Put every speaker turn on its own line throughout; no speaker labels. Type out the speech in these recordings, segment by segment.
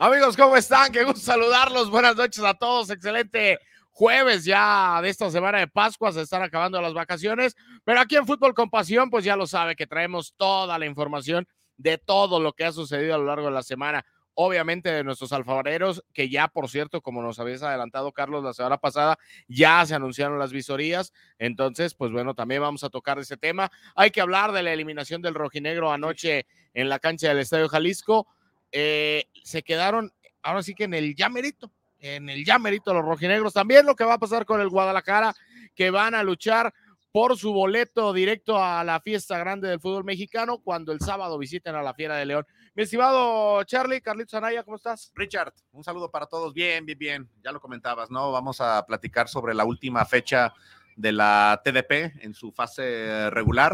Amigos, ¿cómo están? Qué gusto saludarlos. Buenas noches a todos. Excelente jueves ya de esta semana de Pascua. Se están acabando las vacaciones. Pero aquí en Fútbol con Pasión, pues ya lo sabe que traemos toda la información de todo lo que ha sucedido a lo largo de la semana. Obviamente de nuestros alfareros, que ya, por cierto, como nos habías adelantado, Carlos, la semana pasada, ya se anunciaron las visorías. Entonces, pues bueno, también vamos a tocar ese tema. Hay que hablar de la eliminación del rojinegro anoche en la cancha del Estadio Jalisco. Eh, se quedaron ahora sí que en el llamerito, en el llamerito los rojinegros. También lo que va a pasar con el Guadalajara, que van a luchar por su boleto directo a la fiesta grande del fútbol mexicano cuando el sábado visiten a la Fiera de León. Mi estimado Charlie, Carlitos Anaya, ¿cómo estás?
Richard, un saludo para todos. Bien, bien, bien. Ya lo comentabas, ¿no? Vamos a platicar sobre la última fecha de la TDP en su fase regular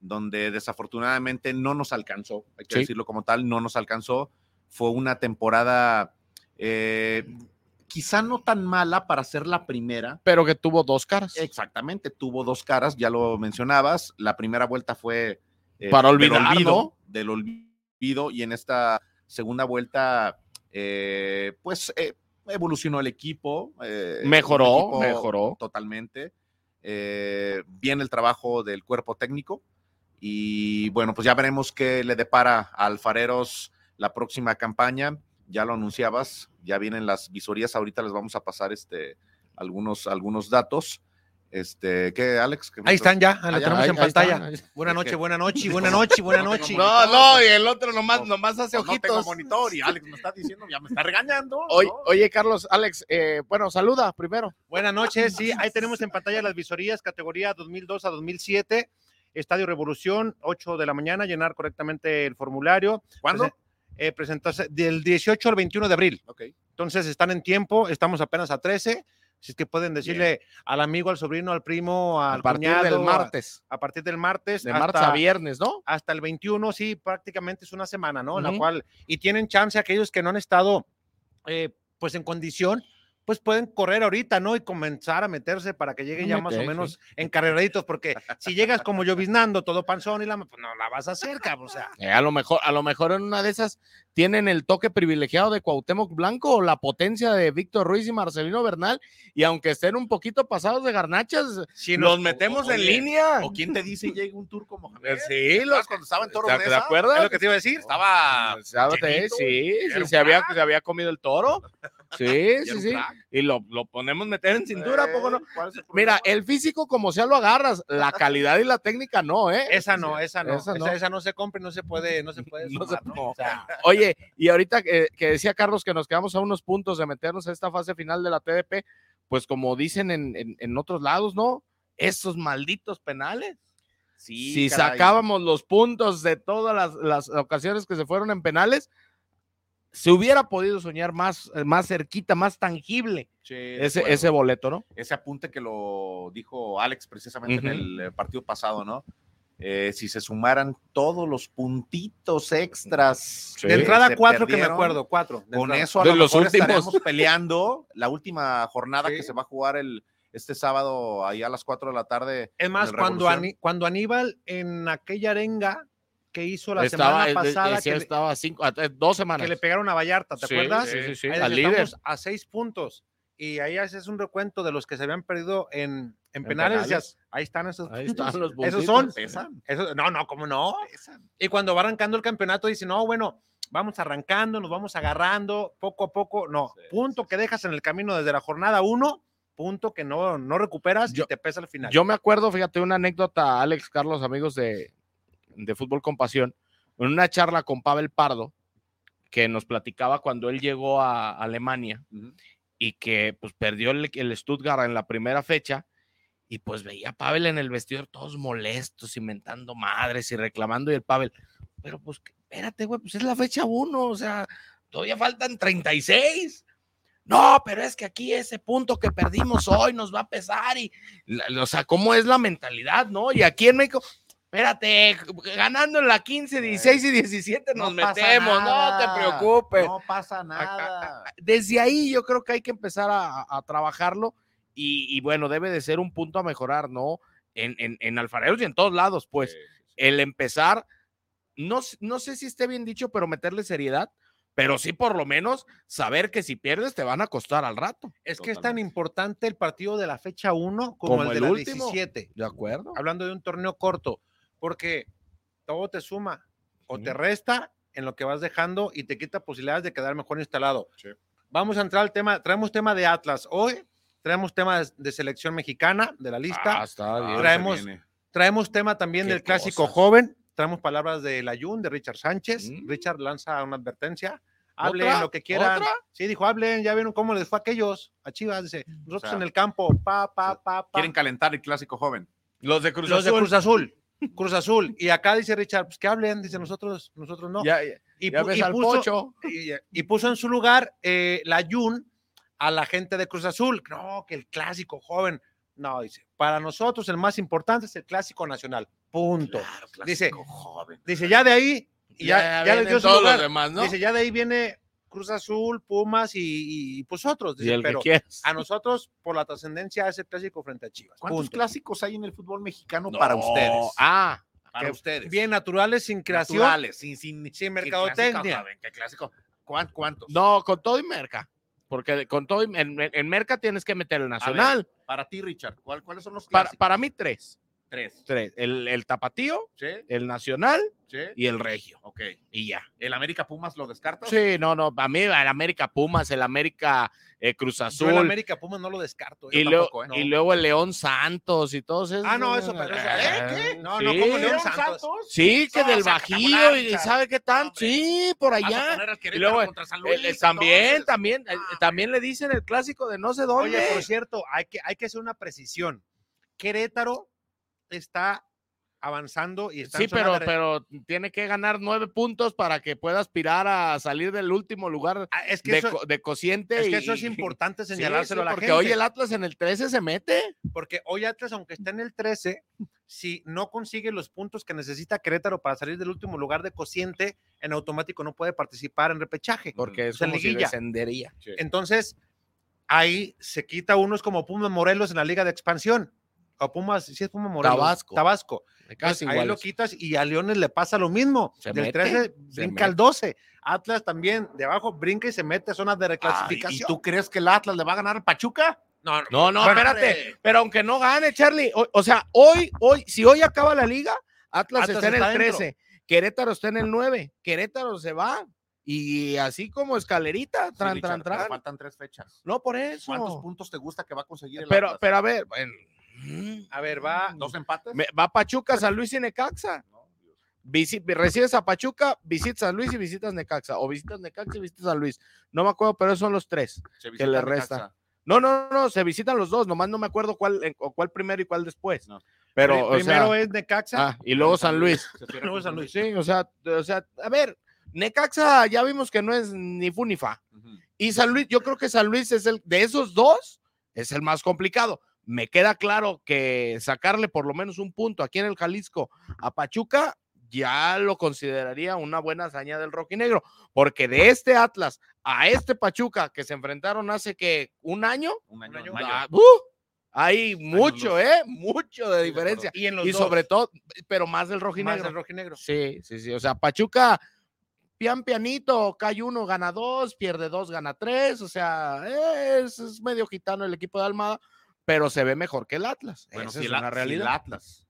donde desafortunadamente no nos alcanzó, hay que sí. decirlo como tal, no nos alcanzó. Fue una temporada eh, quizá no tan mala para ser la primera.
Pero que tuvo dos caras.
Exactamente, tuvo dos caras, ya lo mencionabas. La primera vuelta fue...
Eh, para olvidar,
del olvido,
¿no?
del olvido, y en esta segunda vuelta, eh, pues evolucionó el equipo. eh,
mejoró, el equipo mejoró.
Totalmente. eh, bien el trabajo del cuerpo técnico. Y bueno, pues ya veremos qué le depara a Alfareros la próxima campaña. Ya lo anunciabas, ya vienen las visorías. Ahorita les vamos a pasar este, algunos, algunos datos. Este, ¿qué, Alex? ¿Qué
ahí están ya,
Ah,
lo tenemos ahí, en ahí pantalla. Buena noche, buena noche, buena noche, buena noche.
No, no, y el otro nomás, nomás hace ojitos.
No tengo monitor y Alex me está diciendo, ya me está regañando. ¿no?
Oye, oye, Carlos, Alex, eh, bueno, saluda primero.
Buenas noches, sí, ahí tenemos en pantalla las visorías, categoría 2002 a 2007. Estadio Revolución, 8 de la mañana, llenar correctamente el formulario.
¿Cuándo?
Eh, presentarse del 18 al 21 de abril.
Okay.
Entonces están en tiempo, estamos apenas a 13. Si es que pueden decirle Bien. al amigo, al sobrino, al primo, al
a partir
cuñado,
del martes.
A, a, partir del martes.
De hasta, martes a viernes, ¿no?
Hasta el 21, sí, prácticamente es una semana, ¿no? Uh -huh. La cual. Y tienen chance aquellos que no han estado, eh, pues, en condición pues pueden correr ahorita, ¿no? Y comenzar a meterse para que lleguen ya más o menos encarreraditos, porque si llegas como lloviznando, todo panzón y la, pues no la vas a hacer, cabrón, o sea.
Eh, a lo mejor, a lo mejor en una de esas tienen el toque privilegiado de Cuauhtémoc Blanco o la potencia de Víctor Ruiz y Marcelino Bernal, y aunque estén un poquito pasados de garnachas, si nos, nos metemos o, o, en oye, línea.
¿O quién te dice llega un turco Mohamed?
Sí, los,
cuando estaba en Toro
Eh, ¿Te, ¿te acuerdas?
Es lo que te iba a decir,
Ah,
estaba...
Chenito, sí, sí se, había, se había comido el toro. Sí, sí, sí. Crack. Y lo, lo, ponemos meter en cintura, eh, poco no? el Mira, el físico como sea lo agarras, la calidad y la técnica no, ¿eh?
Esa no, esa no. Esa no, esa, esa no se compra, no se puede, no se puede. Sumar, no se, ¿no? O sea,
oye, y ahorita que, que, decía Carlos que nos quedamos a unos puntos de meternos a esta fase final de la TDP, pues como dicen en, en, en otros lados, ¿no? Esos malditos penales. Sí, si caray. sacábamos los puntos de todas las, las ocasiones que se fueron en penales, se hubiera podido soñar más, eh, más cerquita, más tangible sí, ese, bueno, ese, boleto, ¿no?
Ese apunte que lo dijo Alex precisamente uh -huh. en el partido pasado, ¿no? Eh, si se sumaran todos los puntitos extras.
Sí. De entrada, cuatro que me acuerdo, cuatro.
De con entrada. eso a lo los mejor últimos. estaremos peleando la última jornada sí. que se va a jugar el, este sábado ahí a las cuatro de la tarde.
Es más, cuando, Aní, cuando Aníbal en aquella arenga que hizo la estaba, semana pasada.
eh, Decía,
que
estaba cinco, ah, eh, dos semanas.
Que le pegaron a Vallarta, ¿te
sí,
acuerdas?
Sí, sí, sí.
Ahí
Al líder.
A seis puntos. Y ahí haces un recuento de los que se habían perdido en, en, ¿En penales. penales. Y ahí están esos
ahí están los
Esos son. Pesan. Esos, no, no, ¿cómo no? Pesan. Y cuando va arrancando el campeonato, dice, no, bueno, vamos arrancando, nos vamos agarrando poco a poco. No, sí, punto sí, que dejas en el camino desde la jornada uno punto que no, no recuperas yo, y te pesa al final.
Yo me acuerdo, fíjate, una anécdota, Alex, Carlos, amigos de, de Fútbol con Pasión, en una charla con Pavel Pardo, que nos platicaba cuando él llegó a Alemania uh -huh. y que pues perdió el, el, Stuttgart en la primera fecha y pues veía a Pavel en el vestidor todos molestos, inventando madres y reclamando y el Pavel, pero pues espérate, güey, pues es la fecha uno, o sea, todavía faltan 36. No, pero es que aquí ese punto que perdimos hoy nos va a pesar y, o sea, cómo es la mentalidad, ¿no? Y aquí en México, Espérate, ganando en la 15, 16 y 17 nos no metemos, nada, no te preocupes.
No pasa nada.
Desde ahí yo creo que hay que empezar a, a trabajarlo y, y, bueno, debe de ser un punto a mejorar, ¿no? En, en, en alfareros y en todos lados,
eh,
pues, sí, sí. el empezar, no, no sé si esté bien dicho, pero meterle seriedad, pero sí por lo menos saber que si pierdes te van a costar al rato.
Es que es tan importante el partido de la fecha 1 como,
Como
el,
el
de la
último.
17,
¿De acuerdo?
hablando de un torneo corto, porque todo te suma o te resta en lo que vas dejando y te quita posibilidades de quedar mejor instalado.
Sí.
Vamos a entrar al tema, traemos tema de Atlas hoy, traemos tema de, de selección mexicana, de la lista,
Ah, está bien.
Trae- traemos- traemos tema también
Qué
del clásico
cosas.
joven, traemos palabras de Layun, de Richard Sánchez,
Mm.
Richard lanza una advertencia, hablen
¿Otra?
lo que quieran,
¿Otra? Mm,
Sí, dijo, hablen, ya vieron cómo les fue a aquellos, a Chivas, dice, nosotros
sea,
en el campo, pa, pa, pa, pa.
Quieren calentar el clásico joven.
Los de Cruz
Los de
Azul.
Cruz Azul, Cruz Azul. Y acá dice Richard, pues que hablen, dice nosotros, nosotros no.
Ya, ya-
y,
ya
pu-
ves
y
al
puso,
pocho.
y, y puso en su lugar eh, la Yun a la gente de Cruz Azul. No, que el clásico joven. No, dice, para nosotros el más importante es el clásico nacional. Punto.
Claro,
Dice-
clásico joven.
Dice, ya de ahí, y ya, ya le
vienen
dio su
todos los
lugar.
demás, ¿no?
Dice, ya de ahí viene Cruz Azul, Pumas y, y- y, pues otros.
Y
Dice,
el que
pero
quieras.
a nosotros, por la trascendencia, es el clásico frente a Chivas.
¿Cuántos
Punto.
clásicos hay en el fútbol mexicano
No,
para ustedes?
Ah,
para
qué
ustedes.
Bien naturales, sin creación.
Naturales, sin, sin,
Sin
¿qué
mercadotecnia.
clásico joven? ¿Qué clásico? ¿Cuán- ¿Cuántos?
no, con todo y merca. Porque de- con todo y- en, en- en merca tienes que meter el nacional.
Para ti, Richard, ¿cuál- ¿cuáles son los
Para,
clásicos?
para mí, tres.
Tres.
Tres. El, el tapatío,
¿Sí?
el nacional
¿Sí?
y el regio.
Ok.
Y ya.
¿El América Pumas lo descartas?
Sí, no, no. Para mí, el América Pumas, el América eh, Cruz
Yo el
Azul.
América Pumas no lo descarto. ¿eh?
Y
Yo
luego,
tampoco, ¿eh?
y
No.
luego el León Santos y todos esos.
Ah, no, eso, pero eso-
Eh,
¿eh? ¿Qué? No,
sí.
no, como León
¿León
Santos.
Sí, que
No,
del
saca la
Bajío y
plancha.
sabe qué tan.
Hombre.
Sí, por
Vas a
allá.
poner al Querétaro
Y luego,
contra San
Eh, eh,
Luis,
también,
entonces.
también, eh,
Ah,
también le dicen el clásico de no sé dónde.
Oye, por cierto, hay que, hay que hacer una precisión. Querétaro está avanzando y está en
sí,
zona
pero,
de re-
pero tiene que ganar nueve puntos para que pueda aspirar a salir del último lugar
Ah, es que,
de,
eso,
co- de cociente.
es, que
y-
eso es importante
Sí, sí,
señalárselo a la
porque
gente.
hoy el Atlas en el 13 se mete.
Porque hoy Atlas, aunque está en el 13, si no consigue los puntos que necesita Querétaro para salir del último lugar de cociente, en automático no puede participar en repechaje.
Porque es
Pues en
como si
liguilla.
descendería.
Entonces, ahí se quita unos como Pumas Morelos en la Liga de Expansión. O Pumas, si es Pumas Morelos.
Tabasco.
Tabasco.
Casi
Entonces, ahí lo
iguales.
quitas y a Leones le pasa lo mismo.
Se
Del
mete,
13
se
brinca al
mete.
12. Atlas también de abajo brinca y se mete a zonas de
¿Y
reclasificación.
tú crees que el Atlas le va a ganar al Pachuca?
No,
No, no,
Bueno,
espérate.
hombre.
Pero aunque no gane, Charlie, o, o sea, hoy, hoy, si hoy acaba la liga, Atlas,
Atlas
está en
está
el
dentro.
13, Querétaro está en el 9, Querétaro se va. Y así como escalerita, tran,
Sí,
tran,
Richard, pero
tran.
Faltan tres fechas.
No, por eso.
¿Cuántos puntos te gusta que va a conseguir el
Pero,
Atlas?
pero a ver, bueno, mm,
A ver, va.
¿Dos empates?
me- va Pachuca, San Luis y Necaxa.
No, Dios.
Visi- recibes a Pachuca, visitas San Luis y visitas Necaxa. O visitas Necaxa y visitas San Luis. No me acuerdo, pero esos son los tres.
Se
Que
visita
le
Necaxa.
resta. No, no, no, se visitan los dos. Nomás no me acuerdo cuál, en- o cuál primero y cuál después.
No.
Pero,
Pri-
o
primero
sea,
es Necaxa.
ah, y luego San Luis.
Se cierra
Luego
con
San Luis.
Sí, o sea, o sea, a ver, Necaxa ya vimos que no es ni fu ni fa.
Ujú.
Y San Luis, yo creo que San Luis es el de esos dos, es el más complicado. Me queda claro que sacarle por lo menos un punto aquí en el Jalisco a Pachuca ya lo consideraría una buena hazaña del rojinegro, porque de este Atlas a este Pachuca que se enfrentaron hace que un año,
Un año,
Un año.
en mayo.
ah, ¡uh! hay mucho,
luz.
¿eh? Mucho de
Sí, de acuerdo.
diferencia.
Y en los
Y
dos,
sobre todo, pero más del
más
rojinegro.
el rojinegro.
Sí, sí, sí. O sea, Pachuca, pian pianito, cae uno, gana dos, pierde dos, gana tres. O sea, es, es medio gitano el equipo de Almada, pero se ve mejor que el Atlas.
Bueno,
Esa
si
es
el At-
una
si
realidad.
el Atlas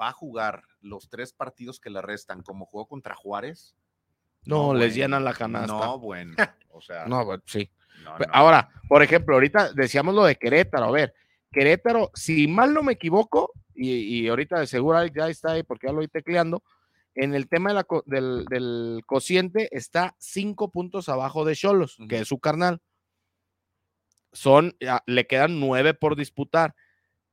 va a jugar los tres partidos que le restan como jugó contra Juárez.
no, les
bueno.
llenan la canasta.
No, bueno. O sea,
No, bueno, sí.
no,
Pe-
no.
Ahora, por ejemplo, ahorita decíamos lo de Querétaro. A ver, Querétaro, si mal no me equivoco, y, y ahorita de seguro Alex ya está ahí porque ya lo vi tecleando, en el tema de la co- del, del cociente está cinco puntos abajo de Cholos, que
Ujú.
es su carnal. Son, ya, le quedan nueve por disputar.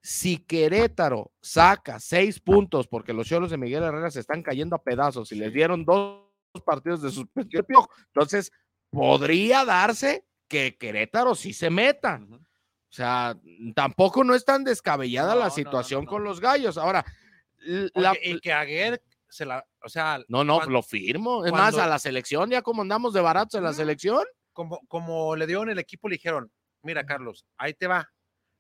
Si Querétaro saca seis puntos, porque los Cholos de Miguel Herrera se están cayendo a pedazos y les dieron dos partidos de suspensión, entonces podría darse que Querétaro sí se meta.
Ujú.
O sea, tampoco no es tan descabellada
No, no,
la
no,
situación
no.
con los gallos. Ahora, l-
Oye,
la-
y que Aguer se la, o sea,
no, no,
cuan-
lo firmo. Es más,
cuando-
a la selección, ya como andamos de baratos en la
Ah.
selección,
como, como le dieron el equipo, le dijeron, mira, Carlos, ahí te va.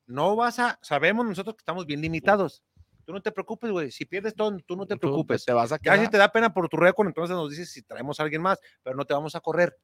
No vas a, sabemos nosotros que estamos bien limitados. Tú no te preocupes, güey. Si pierdes todo, tú no te
Tú,
preocupes.
pues, Te vas a
Ya
quedar.
si te da pena por tu récord, entonces nos dices si traemos a alguien más, pero no te vamos a correr.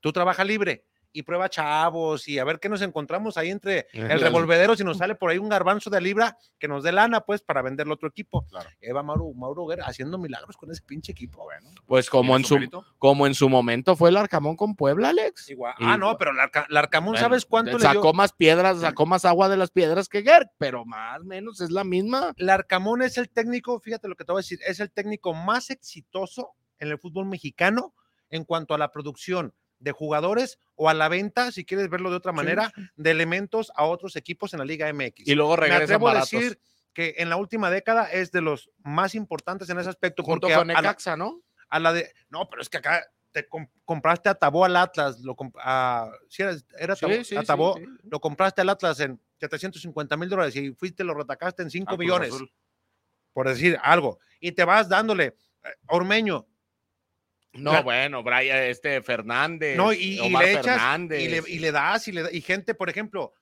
Tú trabaja libre y prueba chavos y a ver qué nos encontramos ahí entre el
Claro.
revolvedero, si nos sale por ahí un garbanzo de libra que nos dé lana, pues, para venderle a otro equipo.
Claro.
Eva Mauro, Mauro Guerra haciendo milagros con ese pinche equipo. Bueno.
Pues como en,
Tiene
su,
mérito.
como en su momento fue el Arcamón con Puebla, Alex.
Ah, no, pero Larca- Larcamón,
Bueno,
¿sabes cuánto le
sacó
dio?
más piedras, sacó más agua de las piedras que Gerg, pero más o menos es la misma.
Larcamón es el técnico, fíjate lo que te voy a decir, es el técnico más exitoso en el fútbol mexicano en cuanto a la producción de jugadores o a la venta, si quieres verlo de otra manera, de elementos a otros equipos en la Liga MX.
Y luego
Me
regresa
atrevo a
baratos.
decir que en la última década es de los más importantes en ese aspecto.
junto
porque a-
con
a la-
Necaxa, ¿no?
a la de. No, pero es que acá te com- compraste a Tabó al Atlas. Lo comp- a, si era, era
Sí,
Tabó,
sí,
a
sí,
Tabó,
sí.
lo compraste al Atlas en 750 mil dólares y fuiste, lo retacaste en 5
Ah, Cruz
pues,
millones,
Azul.
por decir algo. Y te vas dándole. eh, Ormeño,
No,
La-
bueno, Brian, este Fernández,
No, y- y
Omar
le echas,
Fernández.
y le, y le das, y, le da- y gente, por ejemplo,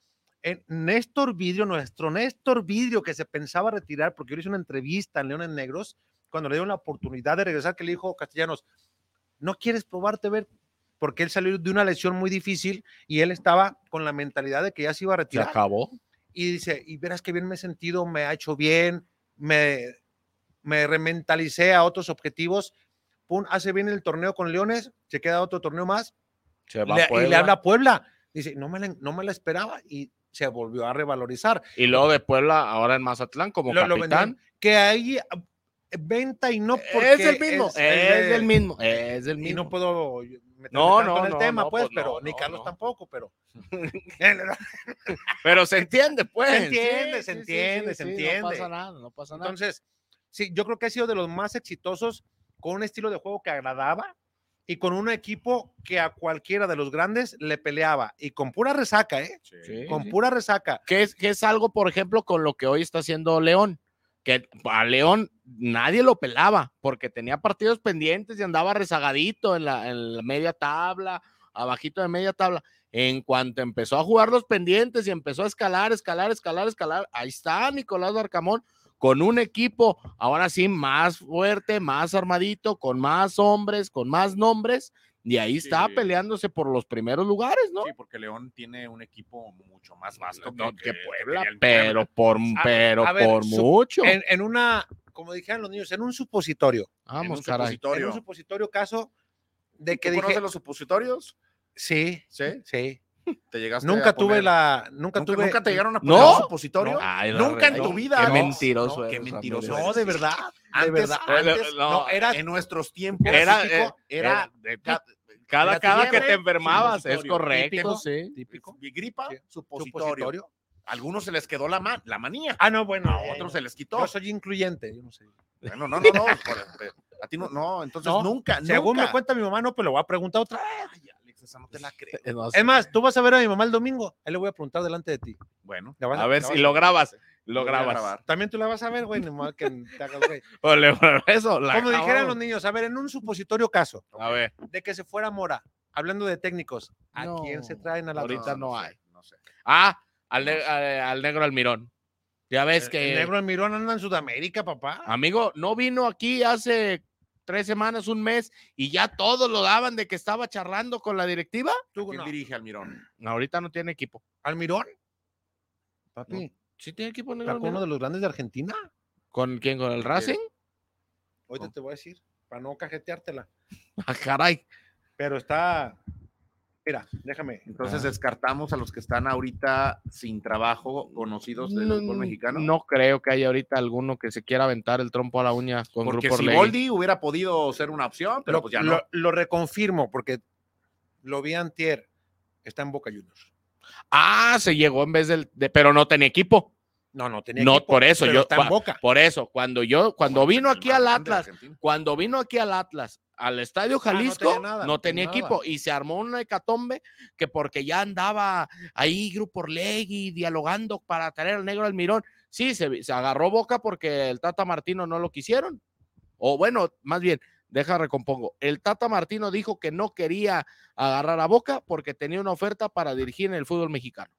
en Néstor Vidrio, nuestro Néstor Vidrio, que se pensaba retirar, porque yo le hice una entrevista en Leones Negros, cuando le dieron la oportunidad de regresar, que le dijo Castellanos, no quieres probarte a ver, porque él salió de una lesión muy difícil y él estaba con la mentalidad de que ya se iba a
se
retirar.
acabó.
Y dice, y verás que bien me he sentido, me ha hecho bien, me, me rementalicé a otros objetivos. Pum, hace bien el torneo con Leones, se queda otro torneo más
Se va
le-
a Puebla.
y le habla a Puebla. Dice, no me, la, no me la esperaba y se volvió a revalorizar.
Y luego de Puebla, ahora en Mazatlán, como
Lo- lo
capitán.
vendieron. Que ahí ah, venta y no porque
es el mismo, es,
de-
el mismo, es el
Y
mismo.
no puedo yo, meterme
No,
tanto
no,
en el
no,
tema,
no,
pues,
pues,
pero
no,
ni
no,
Carlos
no.
tampoco, pero
Pero se entiende, pues.
Se entiende, se
sí,
entiende, se entiende.
No pasa nada, no pasa nada.
entonces, sí, yo creo que ha sido de los más exitosos con un estilo de juego que agradaba y con un equipo que a cualquiera de los grandes le peleaba y con pura resaca, ¿eh?
Sí,
Con
sí.
pura resaca.
que es, que es algo, por ejemplo, con lo que hoy está haciendo León, que a León nadie lo pelaba porque tenía partidos pendientes y andaba rezagadito en la, en la media tabla, abajito de media tabla. En cuanto empezó a jugar los pendientes y empezó a escalar, escalar, escalar, escalar, ahí está Nicolás Arcamón con un equipo ahora sí más fuerte, más armadito, con más hombres, con más nombres, y ahí está
Sí.
peleándose por los primeros lugares, ¿no?
Sí, porque León tiene un equipo mucho más vasto
No, que Puebla,
tenía el
pero por,
A-
pero
a ver,
por
su-
mucho.
En, en una, como dijeron los niños, en un supositorio.
en
Vamos,
un
caray.
en
supositorio.
un supositorio caso de
¿Tú
que dije,
conoces los supositorios?
sí,
Sí,
sí.
te llegaste
Nunca
a
tuve
poner-
la, nunca,
¿Nunca,
tuve.
nunca te llegaron a
¿No? Ah,
poner un supositorio?
Ay, la
Nunca en
verdad,
tu vida.
Qué
no,
mentiroso.
no, qué
eres,
mentiroso
Ramírez.
No, de verdad, de
Antes-
verdad.
Bueno, no,
antes,
eh,
eh.
no, eh, era-
en nuestros tiempos,
Era, eh,
México,
Era
era
de-
ca-
cada,
era
cada que
fiebre,
te enfermabas, es
supositorio.
correcto,
Típico.
sí.
Típico.
gripa,
Sí.
supositorio.
Supositorio.
A algunos se les quedó la, ma- la manía,
Ah, no, bueno.
a
eh,
otros se les quitó.
Yo soy incluyente, yo no sé.
Bueno, no, no, no. por- eh, a ti no, no, entonces
No,
nunca,
Según
nunca.
me cuenta mi mamá, no, pero lo voy a preguntar otra vez.
Ay, Alex, esa no Pues, te la creo.
Eh, no sé.
Es más, tú vas a ver a mi mamá el domingo. Ahí le voy a preguntar delante de ti.
Bueno,
La vas
A ver
la
si
vas
lo grabas. Lo
voy a
grabas.
grabar.
También tú la vas a ver, güey. ni modo que te hagas, güey.
O le- Eso, la
Como dijeran los
grabamos.
niños, a ver, en un supositorio caso
A ver,
de que se fuera Mora, hablando de técnicos, ¿a
No,
quién se traen a la
ahorita no
sé,
hay.
no sé.
ah, al, ne- a- al negro Almirón. Ya ves
El-
que.
El negro Almirón anda en Sudamérica, papá.
Amigo, no vino aquí hace tres semanas, un mes, y ya todos lo daban de que estaba charlando con la directiva.
Tú,
¿Quién
no.
dirige Almirón?
Ahorita no tiene equipo.
Almirón. Papi,
Sí tiene equipo
está con uno de los grandes de Argentina.
¿Con quién? ¿Con el
¿Con
Racing?
Ahorita
Oh.
te voy a decir, para no cajeteártela.
Ah, caray.
Pero está. Mira, déjame.
Entonces
Ah.
descartamos a los que están ahorita sin trabajo, conocidos del fútbol mexicano.
no creo que haya ahorita alguno que se quiera aventar el trompo a la uña con
Porque
Grupo
si
Orlegui.
Boldi hubiera podido ser una opción, pero
lo,
pues ya
lo-
no.
lo reconfirmo porque lo vi antier. Está en Boca Juniors.
Ah, se llegó en vez del. de- pero no tenía equipo.
No, no tenía
No,
equipo,
por eso
pero
yo-
Está en
pa-
Boca.
Por eso, cuando yo, cuando vino
El
aquí al
más grande de
Atlas,
Argentina.
cuando vino aquí al Atlas, al Estadio Jalisco,
Ah, tenía
no tenía,
nada, no tenía
equipo y se armó una hecatombe que porque ya andaba ahí Grupo Orlegui dialogando para traer al negro Almirón. Sí, se, vi- se agarró boca porque el Tata Martino no lo quisieron. O bueno, más bien, deja recompongo. El Tata Martino dijo que no quería agarrar a boca porque tenía una oferta para dirigir en el fútbol mexicano.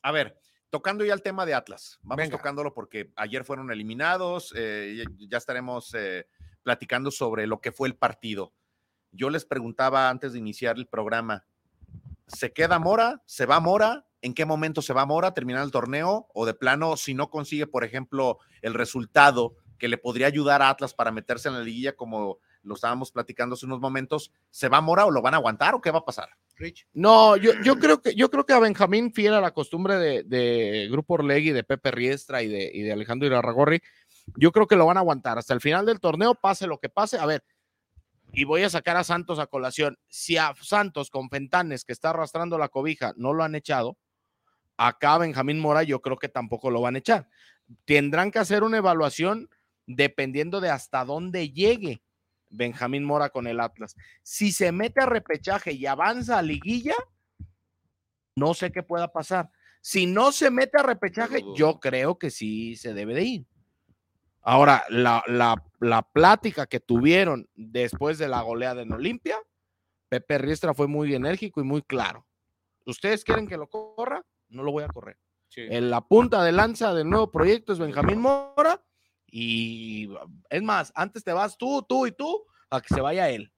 A ver, Tocando ya el tema de Atlas, vamos
Venga.
tocándolo porque ayer fueron eliminados, eh, y- ya estaremos eh, platicando sobre lo que fue el partido. Yo les preguntaba antes de iniciar el programa, ¿se queda Mora? ¿Se va Mora? ¿En qué momento se va Mora? ¿Terminar el torneo? ¿O de plano, si no consigue, por ejemplo, el resultado que le podría ayudar a Atlas para meterse en la liguilla como lo estábamos platicando hace unos momentos, ¿se va Mora o lo van a aguantar o qué va a pasar?
Rich.
No, yo, yo creo que yo creo que a Benjamín, fiel a la costumbre de, de Grupo Orlegui, de Pepe Riestra y de, y de Alejandro Irarragorri, yo creo que lo van a aguantar hasta el final del torneo, pase lo que pase. A ver, y voy a sacar a Santos a colación. Si a Santos con Fentanes, que está arrastrando la cobija, no lo han echado, acá a Benjamín Mora yo creo que tampoco lo van a echar. Tendrán que hacer una evaluación dependiendo de hasta dónde llegue Benjamín Mora con el Atlas. Si se mete a repechaje y avanza a liguilla, no sé qué pueda pasar. Si no se mete a repechaje,
Pero-
yo creo que sí se debe de ir. Ahora, la, la- la plática que tuvieron después de la goleada en Olimpia, Pepe Riestra fue muy enérgico y muy claro. ¿Ustedes quieren que lo corra? No lo voy a correr. En la punta de lanza del nuevo proyecto es Benjamín Mora. Y es más, antes te vas tú, tú y tú a que se vaya él.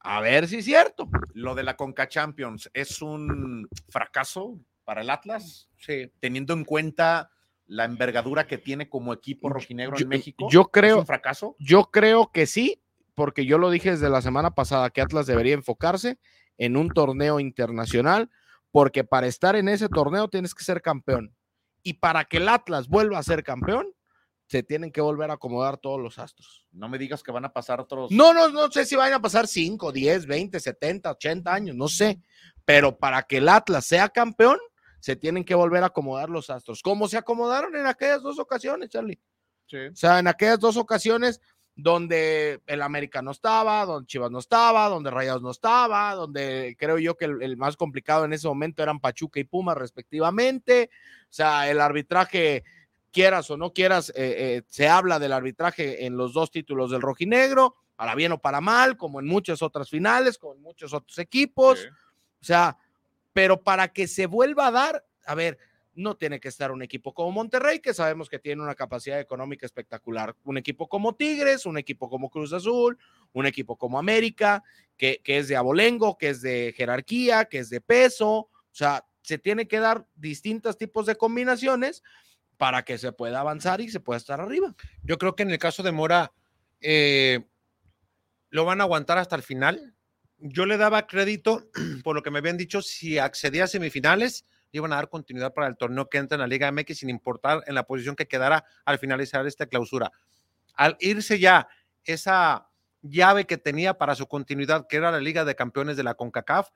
A ver si es cierto.
Lo de la Conca Champions es un fracaso para el Atlas,
Sí.
teniendo en cuenta la envergadura que tiene como equipo rojinegro
Yo-
en México.
yo
¿Es
creo-
un fracaso?
Yo creo que sí, porque yo lo dije desde la semana pasada que Atlas debería enfocarse en un torneo internacional, porque para estar en ese torneo tienes que ser campeón. Y para que el Atlas vuelva a ser campeón, se tienen que volver a acomodar todos los astros.
No me digas que van a pasar otros.
No, no, no sé si van a pasar 5, 10, 20, 70, 80 años, no sé. Pero para que el Atlas sea campeón, se tienen que volver a acomodar los astros. Como se acomodaron en aquellas dos ocasiones, Charlie. O sea, en aquellas dos ocasiones donde el América no estaba, donde Chivas no estaba, donde Rayados no estaba, donde creo yo que el, el más complicado en ese momento eran Pachuca y Puma respectivamente. O sea, el arbitraje, quieras o no quieras, eh, eh, se habla del arbitraje en los dos títulos del rojinegro, para bien o para mal, como en muchas otras finales, con muchos otros equipos. O sea, pero para que se vuelva a dar, a ver, no tiene que estar un equipo como Monterrey, que sabemos que tiene una capacidad económica espectacular. Un equipo como Tigres, un equipo como Cruz Azul, un equipo como América, que, que es de abolengo, que es de jerarquía, que es de peso. O sea, se tiene que dar distintos tipos de combinaciones para que se pueda avanzar y se pueda estar arriba.
Yo creo que en el caso de Mora, eh, lo van a aguantar hasta el final. Yo le daba crédito por lo que me habían dicho, si accedía a semifinales, le iban a dar continuidad para el torneo que entra en la Liga MX, sin importar en la posición que quedara al finalizar esta clausura. Al irse ya esa llave que tenía para su continuidad, que era la Liga de Campeones de la CONCACAF,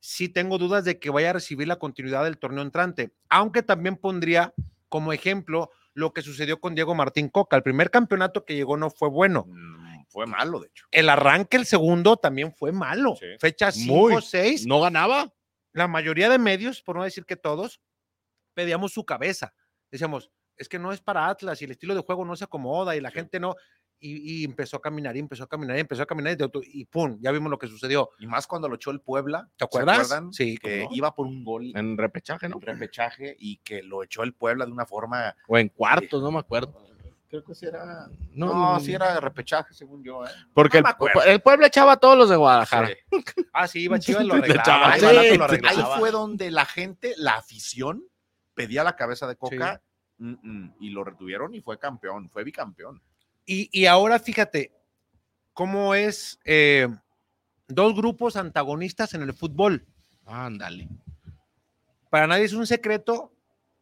sí tengo dudas de que vaya a recibir la continuidad del torneo entrante, aunque también pondría como ejemplo lo que sucedió con Diego Martín Coca. El primer campeonato que llegó no fue bueno.
Mm, Fue malo, de hecho.
El arranque, el segundo, también fue malo.
Sí.
Fecha
Muy.
5 6,
¿No ganaba?
la mayoría de medios, por no decir que todos, pedíamos su cabeza. Decíamos, es que no es para Atlas y el estilo de juego no se acomoda y la gente no. Y, y empezó a caminar y empezó a caminar y empezó a caminar y, de auto- y pum, ya vimos lo que sucedió.
Y más cuando lo echó el Puebla.
¿Te acuerdas?
¿Se acuerdan?
Sí,
que
cómo no.
iba por un gol
En repechaje,
en repechaje y que lo echó el Puebla de una forma.
O en cuartos, no me acuerdo.
Creo que sí era.
No,
No, sí era de repechaje, según yo. ¿eh?
Porque
No me acuerdo.
el, el pueblo echaba a todos los de Guadalajara.
Sí.
Ah, sí, iba Chivas, lo
Le echaba-
arreglaba. iba Atlas,
sí,
lo
Ahí
arreglaba.
fue donde la gente, la afición, pedía la cabeza de Coca mm, mm, y lo retuvieron y fue campeón, fue bicampeón.
Y, y ahora fíjate cómo es eh, dos grupos antagonistas en el fútbol.
Ándale.
Para nadie es un secreto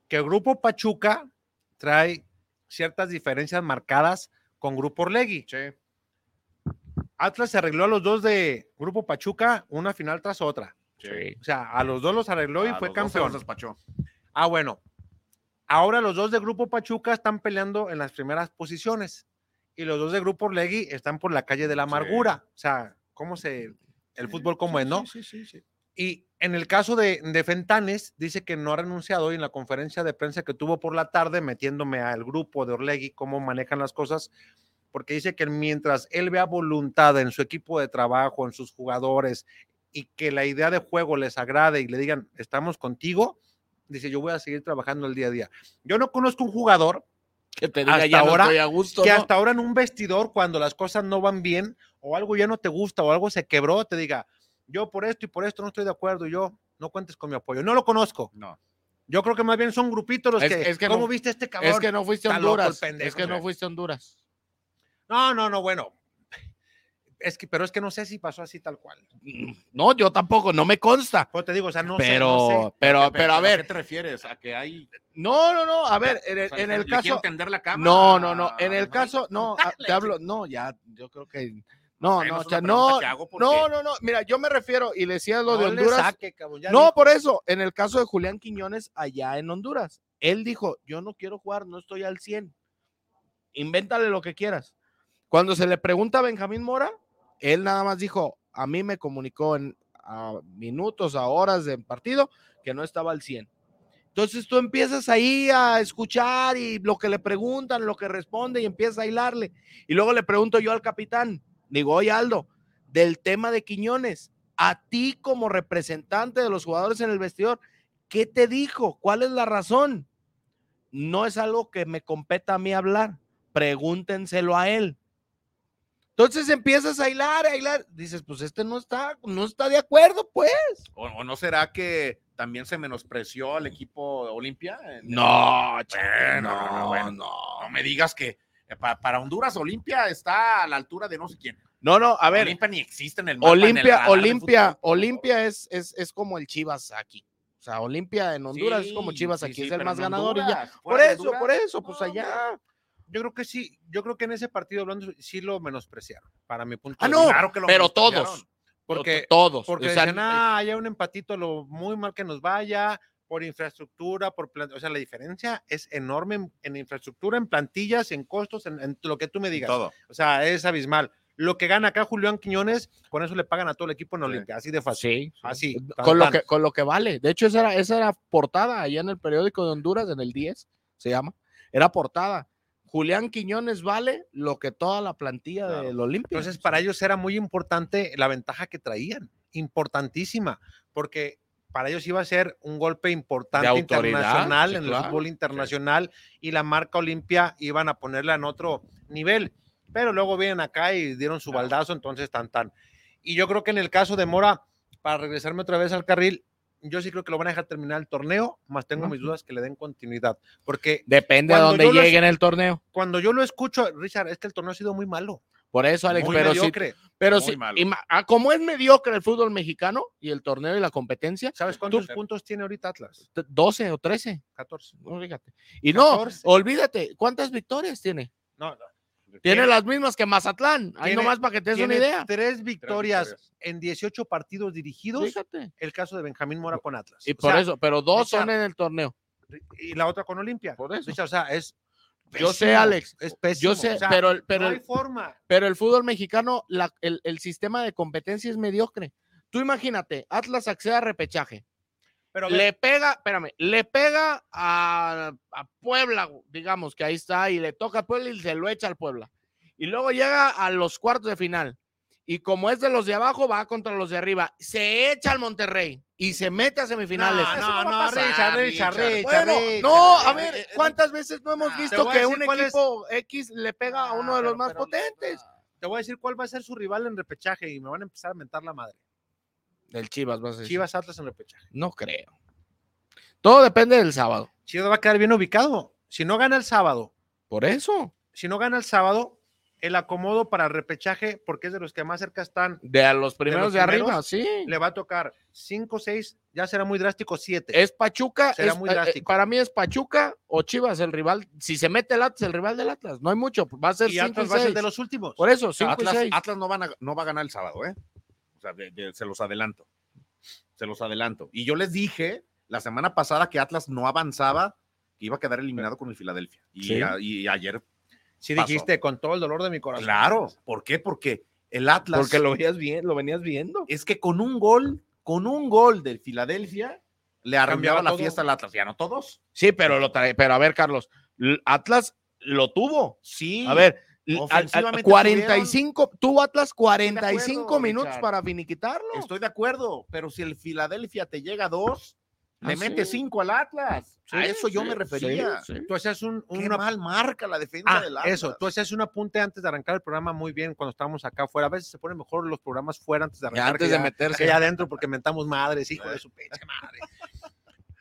que el grupo Pachuca trae ciertas diferencias marcadas con Grupo Orlegui. Atlas se arregló a los dos de Grupo Pachuca una final tras otra. O sea, a los dos los arregló y
A
fue
los dos se
campeón.
los despachó.
Ah, bueno. Ahora los dos de Grupo Pachuca están peleando en las primeras posiciones y los dos de Grupo Orlegui están por la calle de la
Sí.
amargura. O sea, ¿cómo se... El fútbol como
Sí,
es, ¿no?
Sí, sí, sí, sí.
Y en el caso de, de Fentanes, dice que no ha renunciado y en la conferencia de prensa que tuvo por la tarde, metiéndome al grupo de Orlegui, cómo manejan las cosas, porque dice que mientras él vea voluntad en su equipo de trabajo, en sus jugadores, y que la idea de juego les agrade y le digan, estamos contigo, dice, yo voy a seguir trabajando el día a día. Yo no conozco un jugador
Que te diga
Hasta
ya
ahora,
no estoy a gusto.
que
¿no?
hasta ahora en un vestidor, cuando las cosas no van bien, o algo ya no te gusta, o algo se quebró, te diga, yo por esto y por esto no estoy de acuerdo, yo no cuentes con mi apoyo. No lo conozco.
No.
Yo creo que más bien son grupitos los
Es-
que,
es que
¿cómo
no-
viste este cabrón?
Es que no fuiste a
Está loco el
Honduras.
pendejo,
es que no
sí.
fuiste a Honduras.
No, no, no, bueno. Es que, pero es que no sé si pasó así tal cual.
Mm, No, yo tampoco, no me consta.
Pues te digo, o sea, no sé,
pero,
no sé.
pero, pero a
¿A
ver,
qué te refieres? ¿A que hay.
no, no, no, a ver, en
o
el,
sea,
en
le
el
quieren
caso,
tender la cama
no, no, no,
a-
en el
a-
caso, no, a- te hablo, no, ya, yo creo que, no,
Ay,
no,
es
o
una
sea,
pregunta
no,
que hago porque-
no, no, no, mira, yo me refiero y le decía lo de
No le
Honduras,
saque, cabrón, ya
no,
dijo.
por eso, en el caso de Julián Quiñones allá en Honduras, él dijo, yo no quiero jugar, no estoy al 100, invéntale lo que quieras. Cuando se le pregunta a Benjamín Mora, él nada más dijo, a mí me comunicó en a minutos, a horas de partido, que no estaba al 100. Entonces tú empiezas ahí a escuchar y lo que le preguntan, lo que responde y empiezas a hilarle. Y luego le pregunto yo al capitán, digo, oye Aldo, del tema de Quiñones, a ti como representante de los jugadores en el vestidor, ¿qué te dijo? ¿Cuál es la razón? No es algo que me competa a mí hablar, pregúntenselo a él. Entonces empiezas a hilar, a hilar, dices, pues este no está, no está de acuerdo, pues.
¿O, o no será que también se menospreció al equipo Olimpia? En-
No,
Bueno, no, no, bueno. No me digas que eh, pa- para Honduras Olimpia está a la altura de no sé quién.
No, no, a ver,
Olimpia ni existe en el mapa, en el
Olimpia,
radar del
Olimpia,
fútbol.
Olimpia es, es, es como el Chivas aquí. O sea, Olimpia en Honduras es como
Sí,
Chivas
sí,
aquí,
sí,
es el
pero
más
en
ganador y ya.
Honduras,
Por
fuera de
eso, por
Honduras,
eso, pues
no,
allá.
Yo creo que sí, yo creo que en ese partido hablando sí lo menospreciaron, para mi punto
Ah,
de
no,
vista.
claro que lo
pero
menospreciaron.
todos.
Porque,
todos.
porque
o sea, eh,
decían, ah, haya un empatito, lo muy mal que nos vaya, por infraestructura, por plan- o sea, la diferencia es enorme en, en infraestructura, en plantillas, en costos, en, en lo que tú me digas.
Todo.
O sea, es abismal. Lo que gana acá Julián Quiñones, con eso le pagan a todo el equipo en
Sí.
Olimpia, así de fácil.
sí, Eh,
Así.
con
tan,
lo
tan.
que con lo que vale. De hecho, esa era, esa era portada allá en el periódico de Honduras, en el 10, se llama. Era portada. Julián Quiñones vale lo que toda la plantilla
Claro.
del Olimpia.
Entonces, para ellos era muy importante la ventaja que traían, importantísima, porque para ellos iba a ser un golpe importante
autoridad,
internacional
sí,
en
claro,
el fútbol internacional y la marca Olimpia iban a ponerla en otro nivel. Pero luego vienen acá y dieron su
Claro.
baldazo, entonces tan tan. Y yo creo que en el caso de Mora, para regresarme otra vez al carril, yo sí creo que lo van a dejar terminar el torneo, más tengo mis dudas que le den continuidad, porque
Depende
Cuando
de
yo
dónde
los-
llegue en el torneo.
cuando yo lo escucho, Richard, es que el torneo ha sido muy malo,
Por eso, Alex,
muy
pero si
mediocre.
Pero
Muy
sí,
malo.
ima- ah, como es mediocre el fútbol mexicano y el torneo y la competencia,
¿Sabes cuántos puntos tiene ahorita Atlas?
t- 12 o 13,
14.
no, fíjate. Y no,
14.
olvídate, ¿cuántas victorias tiene?
No, no.
Tiene las mismas que Mazatlán, ahí
tiene-
nomás para que te des una
Tiene
idea.
Tres victorias,
victorias.
en 18 partidos dirigidos.
Fíjate.
El caso de Benjamín Mora con Atlas.
Y
O
por
sea,
eso, pero dos son
Richard,
en el torneo.
Y la otra con Olimpia.
Por eso.
Richard, o sea, es.
Yo sé,
pésimo,
Alex,
Es pésimo.
Yo sé,
o sea,
pero, el- pero,
no
el-
hay forma.
pero el fútbol mexicano, la- el, el sistema de competencia es mediocre. Tú imagínate, Atlas accede a repechaje.
Pero a ver,
le pega, espérame, le pega a, a Puebla, gu- digamos que ahí está, y le toca a Puebla y se lo echa al Puebla. Y luego llega a los cuartos de final. Y como es de los de abajo, va contra los de arriba. Se echa al Monterrey y se mete a semifinales.
No,
Eso
no,
va a
no,
pasar.
Richard, Richard,
Richard. eh,
Richard.
Bueno,
Richard,
no, a
Richard.
ver, ¿cuántas veces no hemos
Ah, te
visto
voy a
que
decir
un
cuál es-
equipo X le pega a uno de
Ah,
los
pero-
más
pero-
potentes?
Te voy a decir cuál va a ser su rival en repechaje y me van a empezar a mentar la madre.
Del Chivas, vas a decir.
Chivas Atlas en repechaje.
No creo. Todo depende del sábado.
Chivas va a quedar bien ubicado. Si no gana el sábado,
Por eso.
si no gana el sábado, el acomodo para el repechaje, porque es de los que más cerca están,
De a los primeros de,
primeros,
arriba, sí.
le va a tocar 5, 6, ya será muy drástico 7.
Es Pachuca.
Será
es-
muy
eh, eh,
drástico.
para mí es Pachuca o Chivas el rival. Si se mete el Atlas, el rival del Atlas. No hay mucho. Va a ser
Y
5 y
Atlas va a ser
6.
de los últimos.
Por e-, eso, 5 y
Atlas,
6.
Atlas no, van a, no va a ganar el sábado, ¿eh? O sea, de- de- se los adelanto. Se los adelanto. Y yo les dije la semana pasada que Atlas no avanzaba, que iba a quedar eliminado con el Filadelfia. Y,
Sí.
a- y ayer,
Si
pasó.
dijiste con todo el dolor de mi corazón.
claro. ¿Por qué? Porque el Atlas.
lo, veías bien, lo venías viendo.
es que con un gol, con un gol del Filadelfia, le arruinaba
Cambiaba
la
todo.
fiesta al Atlas. Ya no todos.
Sí, pero, lo trae, pero a ver, Carlos. l- Atlas lo tuvo.
Sí.
A ver, l- al- al-
Ofensivamente
45. Tuvo Atlas
de acuerdo,
45 minutos
Richard.
para finiquitarlo.
Estoy de acuerdo, pero si el Filadelfia te llega a dos, Le
Ah,
mete
sí.
cinco al Atlas. a
Sí,
eso yo
sí,
me refería.
sí, sí.
Tú hacías un,
Qué
una-
mal marca la defensa
Ah,
del Atlas.
eso, tú hacías un apunte antes de arrancar el programa muy bien cuando estábamos acá afuera. A veces se ponen mejor los programas fuera antes de
Ya
arrancar.
antes
que
de
ya-
meterse.
que ya adentro porque mentamos madres, hijo de su pinche madre.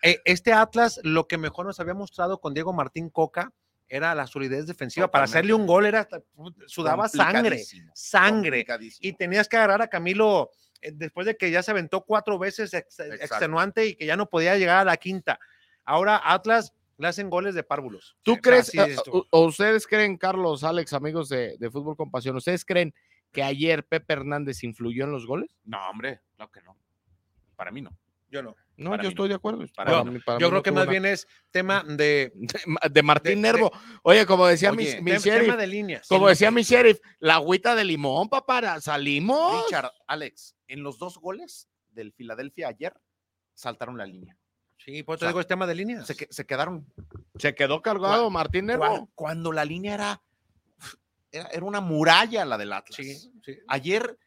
Eh, este Atlas, lo que mejor nos había mostrado con Diego Martín Coca era la solidez defensiva. Para
Totalmente.
hacerle un gol era hasta- sudaba sangre,
Complicadísimo,
sangre.
complicadísimo.
Y tenías que agarrar a Camilo eh, después de que ya se aventó cuatro veces ex-
Exacto.
extenuante y que ya no podía llegar a la quinta. Ahora Atlas le hacen goles de párvulos.
¿Tú
Eh,
crees, Ah, uh,
así es
o-
esto.
o, o ustedes creen, Carlos, Alex, amigos de, de Fútbol con Pasión, ¿ustedes creen que ayer Pepe Hernández influyó en los goles?
No, hombre, claro que no. Para mí no.
Yo no.
No,
Para
yo
mí
estoy de acuerdo.
Para
mí
mí- para
Yo
mí
creo
no
que
tuvo
más
nada.
bien es tema de,
De, de Martín
de- de-
Nervo. Oye, como decía mi,
Oye,
mi
tem- tema
sheriff,
de líneas.
como decía mi sheriff, la agüita de limón, papá, salimos.
Richard, Alex, en los dos goles del Filadelfia ayer saltaron la línea.
Sí, por
O
eso
sea,
digo es tema de líneas.
Se, que- se quedaron
Se quedó cargado
Cuan-
Martín
Cuan-
Nervo.
cuando, la línea era, era, era una muralla la del Atlas.
Sí, sí.
Ayer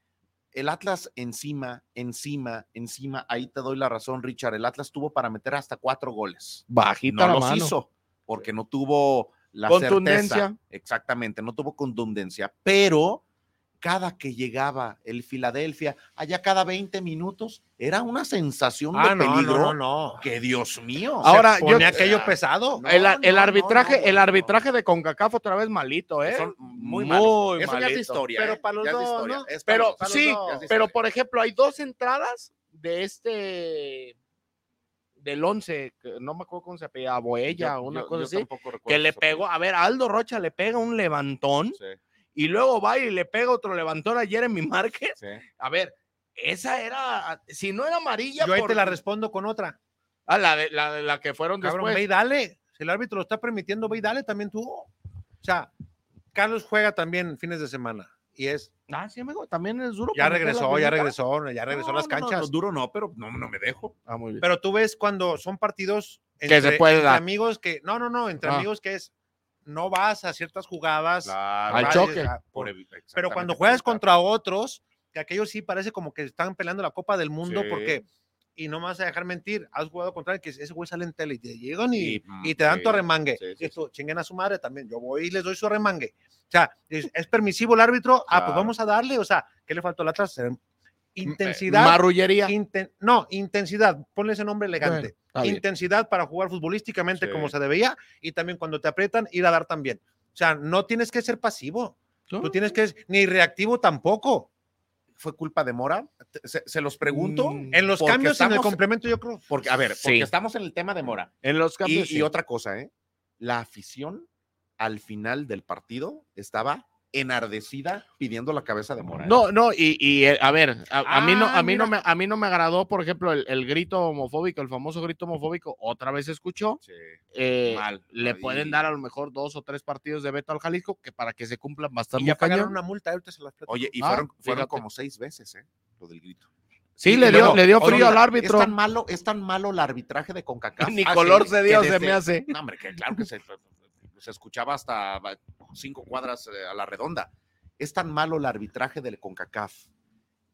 el Atlas encima, encima, encima, ahí te doy la razón, Richard, el Atlas tuvo para meter hasta cuatro goles.
Bajita
No
la
los
mano.
hizo porque no tuvo la
Contundencia.
certeza. Exactamente, no tuvo contundencia, pero cada que llegaba el Filadelfia, allá cada 20 minutos, era una sensación
Ah,
de
no,
peligro.
no, no, no. eh,
Que Dios mío.
Ahora, yo-
Se pone aquello pesado.
No,
el, el
no,
arbitraje,
no, no,
el
no.
arbitraje de Concacaf otra vez malito, ¿eh?
Son
Muy
muy malos. Eso ya es de
malito.
historia.
Pero
¿eh?
para los
Ya es de
dos,
historia.
¿no?
Es para
pero
los dos.
sí,
Ya es de
pero
historia.
por ejemplo, hay dos entradas de este del 11, que no me acuerdo cómo se apellía, Boella
Yo-
o una
yo-
cosa
yo
así,
tampoco recuerdo
que le
ese
pegó, a ver, Aldo Rocha le pega un levantón
partido.
y luego va y le pega otro levantón a Jeremy Márquez.
Sí, sí.
A ver, esa era, si no era amarilla,
Yo ahí
por-
te la respondo con otra.
Ah, la, de, la de la que fueron
Cabrón, ve
después.
y dale. Si el árbitro lo está permitiendo, ve y dale también tú. O sea, Carlos juega también fines de semana. Y es,
Ah, sí, amigo, también es duro.
ya
para meter la
regresó, ya
pelota.
regresó, ya regresó a
No,
las
no, no,
canchas.
no, duro no, pero no, no me dejo.
Ah, muy bien.
Pero tú ves cuando son partidos
Que se puede
entre
dar.
amigos que, no, no, no, entre
Ah.
amigos que es, no vas a ciertas jugadas.
Claro,
Al
vas,
choque.
a-
por
por-
evi-
Pero
exactamente,
cuando
por
juegas
evitar.
contra otros, que aquellos sí parece como que están peleando la Copa del Mundo,
Sí.
porque, y no me vas a dejar mentir, has jugado contra el que ese güey sale en tele y te llegan y,
Sí, mm,
y te dan
sí,
tu arremangue.
sí, sí,
y tú, chinguen a su madre también, yo voy y les doy su arremangue. O sea, es, es permisivo el árbitro, ah, pues
Claro.
vamos a darle, o sea, ¿qué le faltó al Atlas? Eh, Intensidad.
Marrullería.
inten- no, intensidad, ponle ese nombre
Bueno,
elegante.
está bien.
intensidad para jugar futbolísticamente
Sí.
como se debía y también cuando te aprietan, ir a dar también. O sea, no tienes que ser pasivo. Tú tienes que ser ni reactivo tampoco.
¿Fue culpa de Mora? Te- Se, se los pregunto.
Mm.
En los
Porque
cambios, en el
estamos-
complemento, yo creo.
Porque, a ver, porque
Sí.
estamos en el tema de Mora.
En los
Y,
cambios.
y otra cosa, ¿eh? La afición al final del partido estaba enardecida pidiendo la cabeza de Mora. ¿eh?
No, no, y, y, eh, a ver, a, a mí no,
Ah,
a mí no me,
mira.
a mí no me agradó, por ejemplo, el, el grito homofóbico, el famoso grito homofóbico, otra vez se escuchó.
Sí,
eh,
mal.
le
Ahí-
pueden dar a lo mejor dos o tres partidos de veto al Jalisco que para que se cumplan
Y
bastante
ya pagaron
cañón.
una multa, ahorita se las platico.
Oye, y
Ah,
fueron, fueron
fíjate.
como seis veces, ¿eh? Lo del grito.
Sí,
Y
le dio,
luego,
le dio
oye,
frío al árbitro.
Es tan malo, es tan malo el arbitraje de CONCACAF.
Ni
ah, sí,
color de
que
Dios se
desde-
me hace.
No, hombre, que claro que se, se escuchaba hasta cinco cuadras eh, a la redonda. Es tan malo el arbitraje del CONCACAF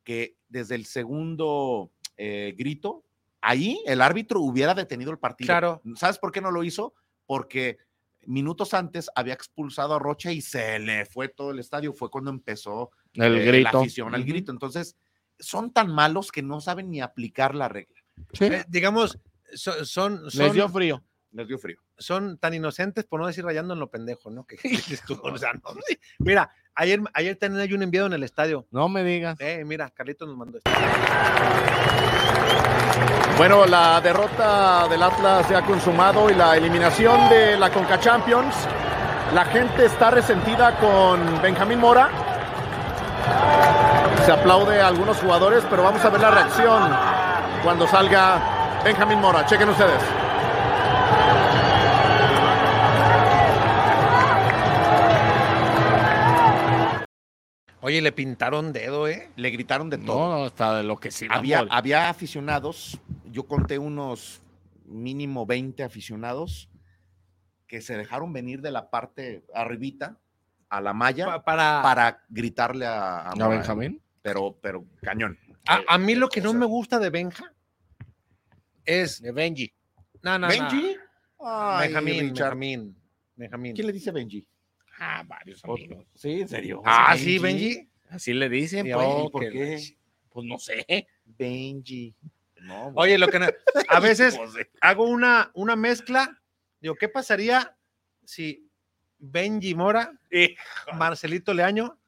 que desde el segundo eh, grito, ahí el árbitro hubiera detenido el partido.
Claro.
¿Sabes por qué no lo hizo? Porque minutos antes había expulsado a Rocha y se le fue todo el estadio. Fue cuando empezó
El
eh, la
grito.
afición al
Ujú.
grito. Entonces, son tan malos que no saben ni aplicar la regla.
Sí,
Eh, digamos, so- son,
Les dio
son,
frío.
Les dio frío.
son tan inocentes, por no decir rayando en lo pendejo, ¿no? Que, dices tú, o sea, no, sí. Mira, ayer, ayer tenía yo un enviado en el estadio.
No me digas.
Eh, mira, Carlitos nos mandó esto.
Bueno, la derrota del Atlas se ha consumado y la eliminación de la Conca Champions. La gente está resentida con Benjamín Mora. Se aplaude a algunos jugadores, pero vamos a ver la reacción cuando salga Benjamín Mora. Chequen ustedes.
Oye, le pintaron dedo, ¿eh?
Le gritaron de todo.
No, no, está de lo que sí.
había, había aficionados, yo conté unos mínimo 20 aficionados que se dejaron venir de la parte arribita a la malla
Pa- para,
para gritarle a, a
¿A
Mora,
Benjamín?
Pero, pero cañón.
A, a mí lo que no
cosa.
me gusta de Benja es
De Benji.
no, no, no.
¿Benji? Ay,
Benjamín,
Richard.
Benjamín, Benjamín.
¿Quién le dice Benji?
Ah, varios amigos.
Sí, en serio.
Ah,
sí, Benji.
Así le dicen,
Sí,
pues.
oye,
¿Por
que-
qué?
Pues no sé.
Benji. No,
Oye, lo que na- a veces hago una, una mezcla. Digo, ¿qué pasaría si Benji Mora, Marcelito Leaño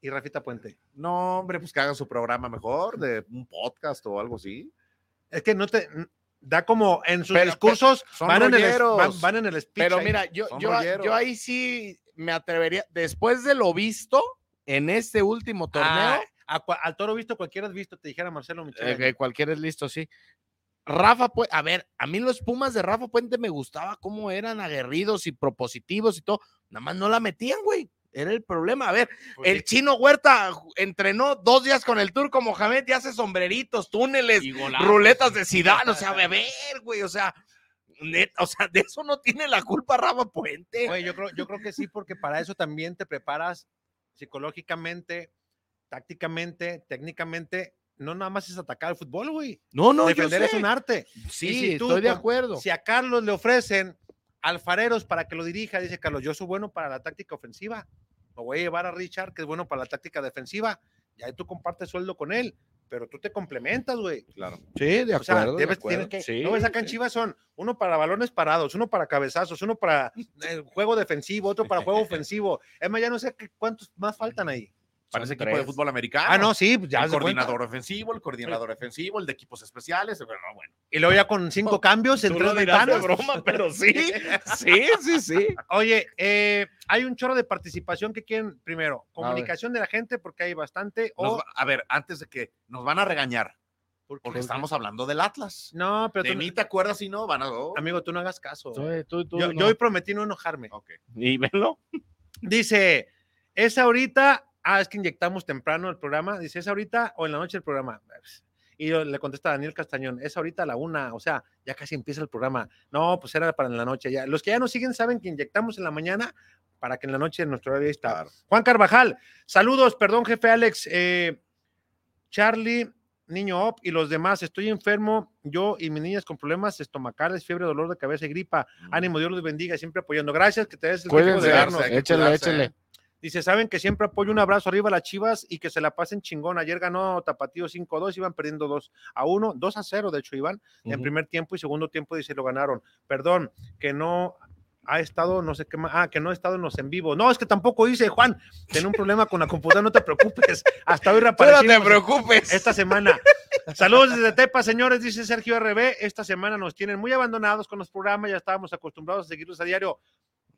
y Rafita Puente?
No, hombre, pues que haga su programa mejor, de un podcast o algo así.
Es que no te da como en sus
Pero-
discursos
son
van, en el, es-
rolleros.
van, van en el speech.
Pero
ahí.
mira, yo,
son
yo,
rolleros.
yo ahí sí me atrevería, después de lo visto en este último
Ah,
torneo,
a cua- al toro visto, cualquiera has visto, te dijera Marcelo Michel.
eh, que cualquiera es listo, sí. Rafa, Pue- a ver, a mí los Pumas de Rafa Puente me gustaba cómo eran aguerridos y propositivos y todo, nada más no la metían, güey. Era el problema. A ver,
Pues
el
sí.
chino Huerta ju- entrenó dos días con el turco Mohamed y hace sombreritos, túneles, ruletas de Zidane, o sea, a beber, güey, o sea, net- o sea, de eso no tiene la culpa Rafa Puente.
Güey, yo creo, yo creo que sí, porque para eso también te preparas psicológicamente, tácticamente, técnicamente. No nada más es atacar el fútbol, güey.
No, no, yo
Defender
sé.
es un arte.
Sí,
Y si tú
estoy de
con-
acuerdo.
Si a Carlos le ofrecen alfareros para que lo dirija, dice Carlos, yo soy bueno para la táctica ofensiva. Lo voy a llevar a Richard, que es bueno para la táctica defensiva. Y ahí tú compartes sueldo con él, pero tú te complementas, güey.
Claro.
Sí, de
O sea, debes- tienes que.
Sí,
no ves acá en
sí.
Chivas son uno para balones parados, uno para cabezazos, uno para eh, juego defensivo, otro para juego ofensivo. Es más, ya no sé qué- cuántos más faltan ahí.
Parece equipo
tres.
de fútbol americano.
Ah, no, sí, ya
el
haz de cuenta.
coordinador ofensivo, el coordinador defensivo, el de equipos especiales. Bueno, bueno.
Y luego ya con cinco cambios en
Tú
tres
lo dirás de
ventanas.
broma, pero sí, sí, sí, sí.
Oye, eh, hay un chorro de participación que quieren primero. Comunicación de la gente, porque hay bastante.
Nos
O,
va- a ver, antes de que nos van a regañar,
porque
porque estamos hablando del Atlas.
No, pero
de
tú,
mí te acuerdas si no, van a. oh,
amigo, tú no hagas caso.
Tú, tú,
Yo,
no.
yo hoy prometí no enojarme.
ok.
Y velo.
Dice, es ahorita, ah, es que inyectamos temprano el programa, dice, es ahorita o en la noche el programa. Y yo le contesta a Daniel Castañón, es ahorita a la una, o sea, ya casi empieza el programa. No, pues era para en la noche ya. Los que ya nos siguen saben que inyectamos en la mañana para que en la noche en nuestro horario ahí está.
Claro.
Juan Carvajal, saludos, perdón, jefe Alex, eh, Charlie, niño Op y los demás, estoy enfermo, yo y mis niñas con problemas estomacales, fiebre, dolor de cabeza y gripa. Ánimo, Dios los bendiga, siempre apoyando. Gracias, que te des el tiempo de
Cuídense,
vernos.
hay que cuidarse, ¿eh?
Dice, saben que siempre apoyo un abrazo arriba a las Chivas y que se la pasen chingón. Ayer ganó Tapatío 5-2, iban perdiendo 2 a 1, 2 a 0, de hecho, iban en primer tiempo y segundo tiempo, dice, lo ganaron. Perdón, que no ha estado, no sé qué más, ah, que no ha estado en los en vivo. No, es que tampoco hice, Juan, tengo un problema con la computadora, no te preocupes. Hasta hoy
Tú no te
reaparecimos
preocupes.
esta semana. Saludos desde Tepa, señores, dice Sergio RB. Esta semana nos tienen muy abandonados con los programas, ya estábamos acostumbrados a seguirlos a diario.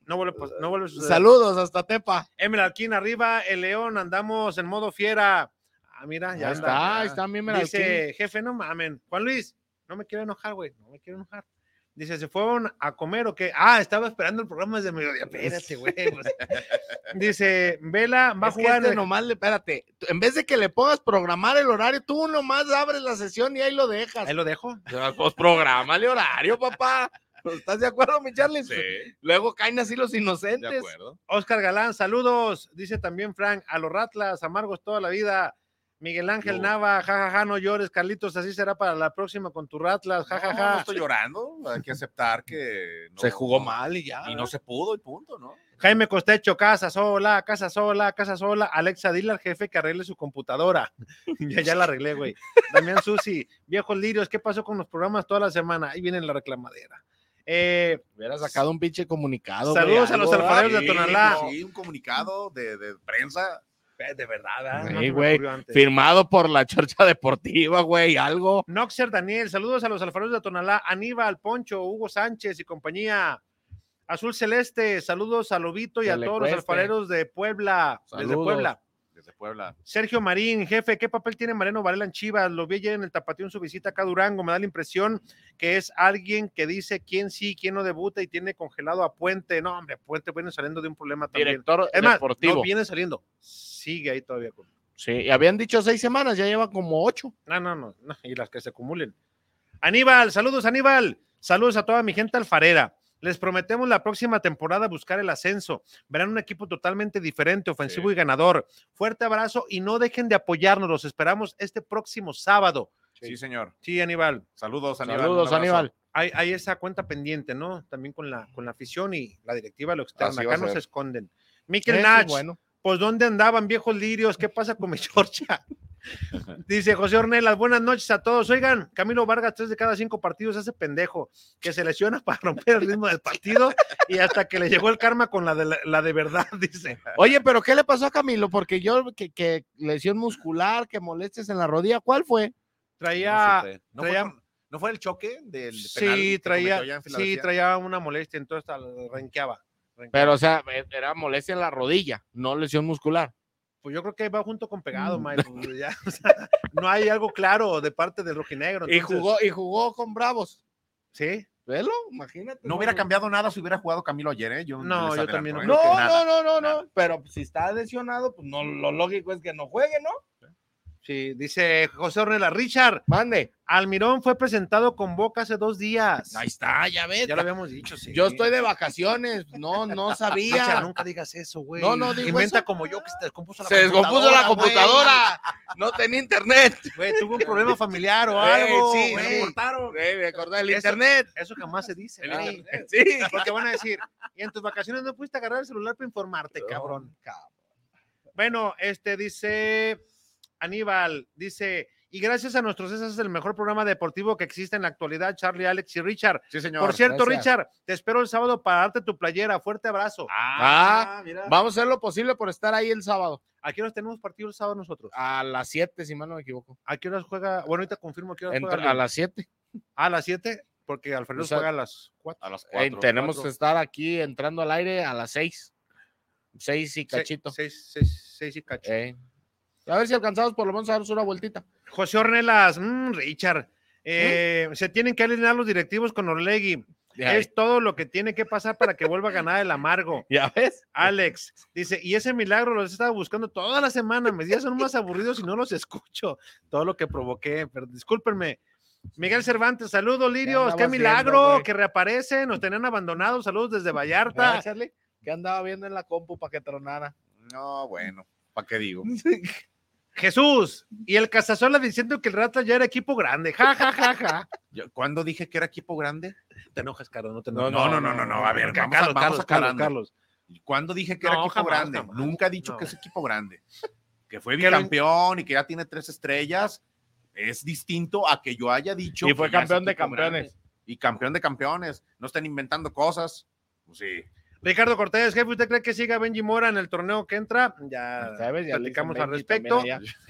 No vuelve, a pas- no vuelve a suceder.
Saludos hasta Tepa.
Emel Alquín arriba, el León, andamos en modo fiera. Ah, mira, ya
ahí
anda.
está,
ya.
ahí está, mi
Dice, jefe, no mamen. Juan Luis, no me quiero enojar, güey, no me quiero enojar. Dice, ¿se fueron a comer o qué? Ah, estaba esperando el programa desde mediodía. Espérate, güey. pues. Dice, Vela va a
Es que
jugar.
este nomás, le- espérate, tú- en vez de que le pongas programar el horario, tú nomás abres la sesión y ahí lo dejas.
Ahí lo dejo.
Pues programale horario, papá. ¿Estás de acuerdo, mi Charlie?
Sí,
Luego caen así los inocentes.
de acuerdo.
Oscar Galán, saludos. Dice también Frank, a los Ratlas, amargos toda la vida. Miguel Ángel
No.
Nava, jajaja, no llores, Carlitos, así será para la próxima con tu Ratlas, jajaja.
No, no estoy llorando. Hay que aceptar que. no-
Se jugó
no-
mal y ya.
Y no se pudo, y punto, ¿no?
Jaime Costecho, casa sola, casa sola, casa sola. Alexa, dile al jefe que arregle su computadora. ya, ya la arreglé, güey. Damián Susi, viejos lirios, ¿qué pasó con los programas toda la semana? Ahí viene la reclamadera. Eh,
Hubiera sacado un pinche comunicado. güey,
Saludos a los
algo,
alfareros
sí,
de Tonalá.
no.
pues Sí, un comunicado de, de prensa.
de verdad, ¿eh?
Sí,
No se me
güey.
ocurrió antes.
Firmado por la chorcha deportiva, güey, algo.
Noxer Daniel, saludos a los alfareros de Tonalá, Aníbal, Poncho, Hugo Sánchez y compañía. Azul Celeste, saludos a Lobito y
Que
a
le
todos
cueste.
los alfareros de Puebla, desde
Saludos.
Puebla.
Desde Puebla.
Sergio Marín, jefe, ¿qué papel tiene Mariano Varela en Chivas? Lo vi ayer en el tapatío en su visita acá a Durango. Me da la impresión que es alguien que dice quién sí, quién no debuta y tiene congelado a Puente. No, hombre, Puente viene saliendo de un problema también.
Director
es más,
deportivo.
no viene saliendo. Sigue ahí todavía. con-
Sí, y habían dicho seis semanas, ya lleva como ocho.
No, no, no, no, Y las que se acumulen. Aníbal, saludos, Aníbal. Saludos a toda mi gente alfarera. Les prometemos la próxima temporada buscar el ascenso. Verán un equipo totalmente diferente, ofensivo y ganador. Fuerte abrazo y no dejen de apoyarnos. Los esperamos este próximo sábado.
Sí, señor.
Sí, Aníbal.
Saludos, Aníbal.
Saludos,
Un abrazo.
Aníbal.
Hay, hay esa cuenta pendiente, ¿no? También con la, con la afición y la directiva lo
Así
externa.
va a
Acá no
ser. Eh,
se esconden.
Eso
Mikel
es
Nach,
bueno.
pues ¿dónde andaban viejos lirios? ¿Qué pasa con mi Georgia? Dice José Ornelas, buenas noches a todos. Oigan, Camilo Vargas, tres de cada cinco partidos hace pendejo, que se lesiona para romper el ritmo del partido y hasta que le llegó el karma con la de, la, la de verdad, dice.
Oye, pero ¿qué le pasó a Camilo? Porque yo, que, que lesión muscular, que molestias en la rodilla, ¿cuál fue?
No,
Traía,
supe. ¿No
Ah, traía-
fue, con- ¿no fue el choque del penal
sí,
que cometió
traía,
allá en
sí,
Filadelfia?
traía una molestia, entonces al- renqueaba.
Pero, o sea, e- era molestia en la rodilla, no lesión muscular.
Pues yo creo que va junto con
Mm.
pegado, Mike. pues, ya, o sea, no hay algo claro de parte del rojinegro.
Y
entonces-
jugó, y jugó con Bravos.
Sí,
Velo, imagínate.
No hubiera cambiado nada si hubiera jugado Camilo ayer, ¿eh? Yo
No,
les
yo
adelanto,
también no.
¿eh?
No,
Que
no,
nada.
no, no, no. Pero si está lesionado, pues no, lo lógico es que no juegue, ¿no?
sí, dice José Ornella. Richard
Mande.
Almirón fue presentado con Boca hace dos días.
Ahí está, ya ves.
ya lo habíamos dicho, sí. Ah,
Yo estoy de vacaciones. No, no
Richard,
sabía.
nunca digas eso, güey.
No, no digo
Inventa
eso.
como yo que se descompuso la
Se descompuso la
güey.
computadora. No tenía internet.
Güey, tuvo un problema familiar o
Güey,
algo.
sí,
güey.
me cortaron. Güey, me cortaron el
Eso-
internet.
Eso jamás se dice.
El
güey.
internet. Sí.
Porque van a decir, y en tus vacaciones no pudiste agarrar el celular para informarte, cabrón. Bueno, este dice Aníbal, dice, y gracias a nuestros, ese es el mejor programa deportivo que existe en la actualidad, Charlie, Alex y Richard.
Sí, señor.
Por cierto,
gracias.
Richard, te espero el sábado para darte tu playera. Fuerte abrazo.
Ah,
mira.
Vamos a hacer lo posible por estar ahí el sábado.
Aquí nos tenemos partido el sábado nosotros.
A las 7, si mal no me equivoco.
¿A qué horas juega? Bueno, ahorita confirmo a qué horas
Entra-
juega.
a las 7.
Ah, a las 7, porque Alfredo
O sea,
juega a las 4.
A las cuatro.
Tenemos que
cuatro.
estar aquí entrando al aire a las 6. 6 y cachito.
6, 6, 6 y cacho.
Eh. A ver si alcanzamos por lo menos a darnos una vueltita.
José Ornelas, mm, Richard. eh, Se tienen que alinear los directivos con Orlegui. Es todo lo que tiene que pasar para que vuelva a ganar el amargo.
Este, ¿Ya ves?
Alex dice, y ese milagro los he estado buscando toda la semana. Mis días son más aburridos y no los escucho. Todo lo que provoqué, pero discúlpenme. Miguel Cervantes, saludos, Lirios.
andabas
Qué
viendo,
milagro
güey?
que reaparecen. Nos tenían abandonados. Saludos desde
¿Verdad,
Vallarta.
Charlie? Que andaba viendo en la compu para que tronara.
No, bueno. ¿Para qué digo?
Jesús y el Casasola diciendo que el Rata ya era equipo grande. Ja, ja, ja, ja.
Yo- ¿Cuándo dije que era equipo grande?
Te enojas, Caro, no te
No,
enojes.
no, no, no, no, no, a ver,
Ca-
vamos a- vamos
Carlos, Carlos, Carlos,
aclarando.
Carlos.
¿Cuándo dije que
No,
era equipo
jamás,
grande?
jamás.
Nunca he dicho
No.
que es equipo grande. Que fue
Que lo-
bicampeón y que ya tiene tres estrellas. Es distinto a que yo haya dicho.
Y fue
que ya es
campeón de
equipo grande.
campeones.
Y campeón de campeones. No están inventando cosas. Pues sí.
Ricardo Cortés, jefe, ¿usted cree que siga Benji Mora en el torneo que entra? Ya
¿Sabes? Ya le dicen
Ah, platicamos al
Benji también
respecto.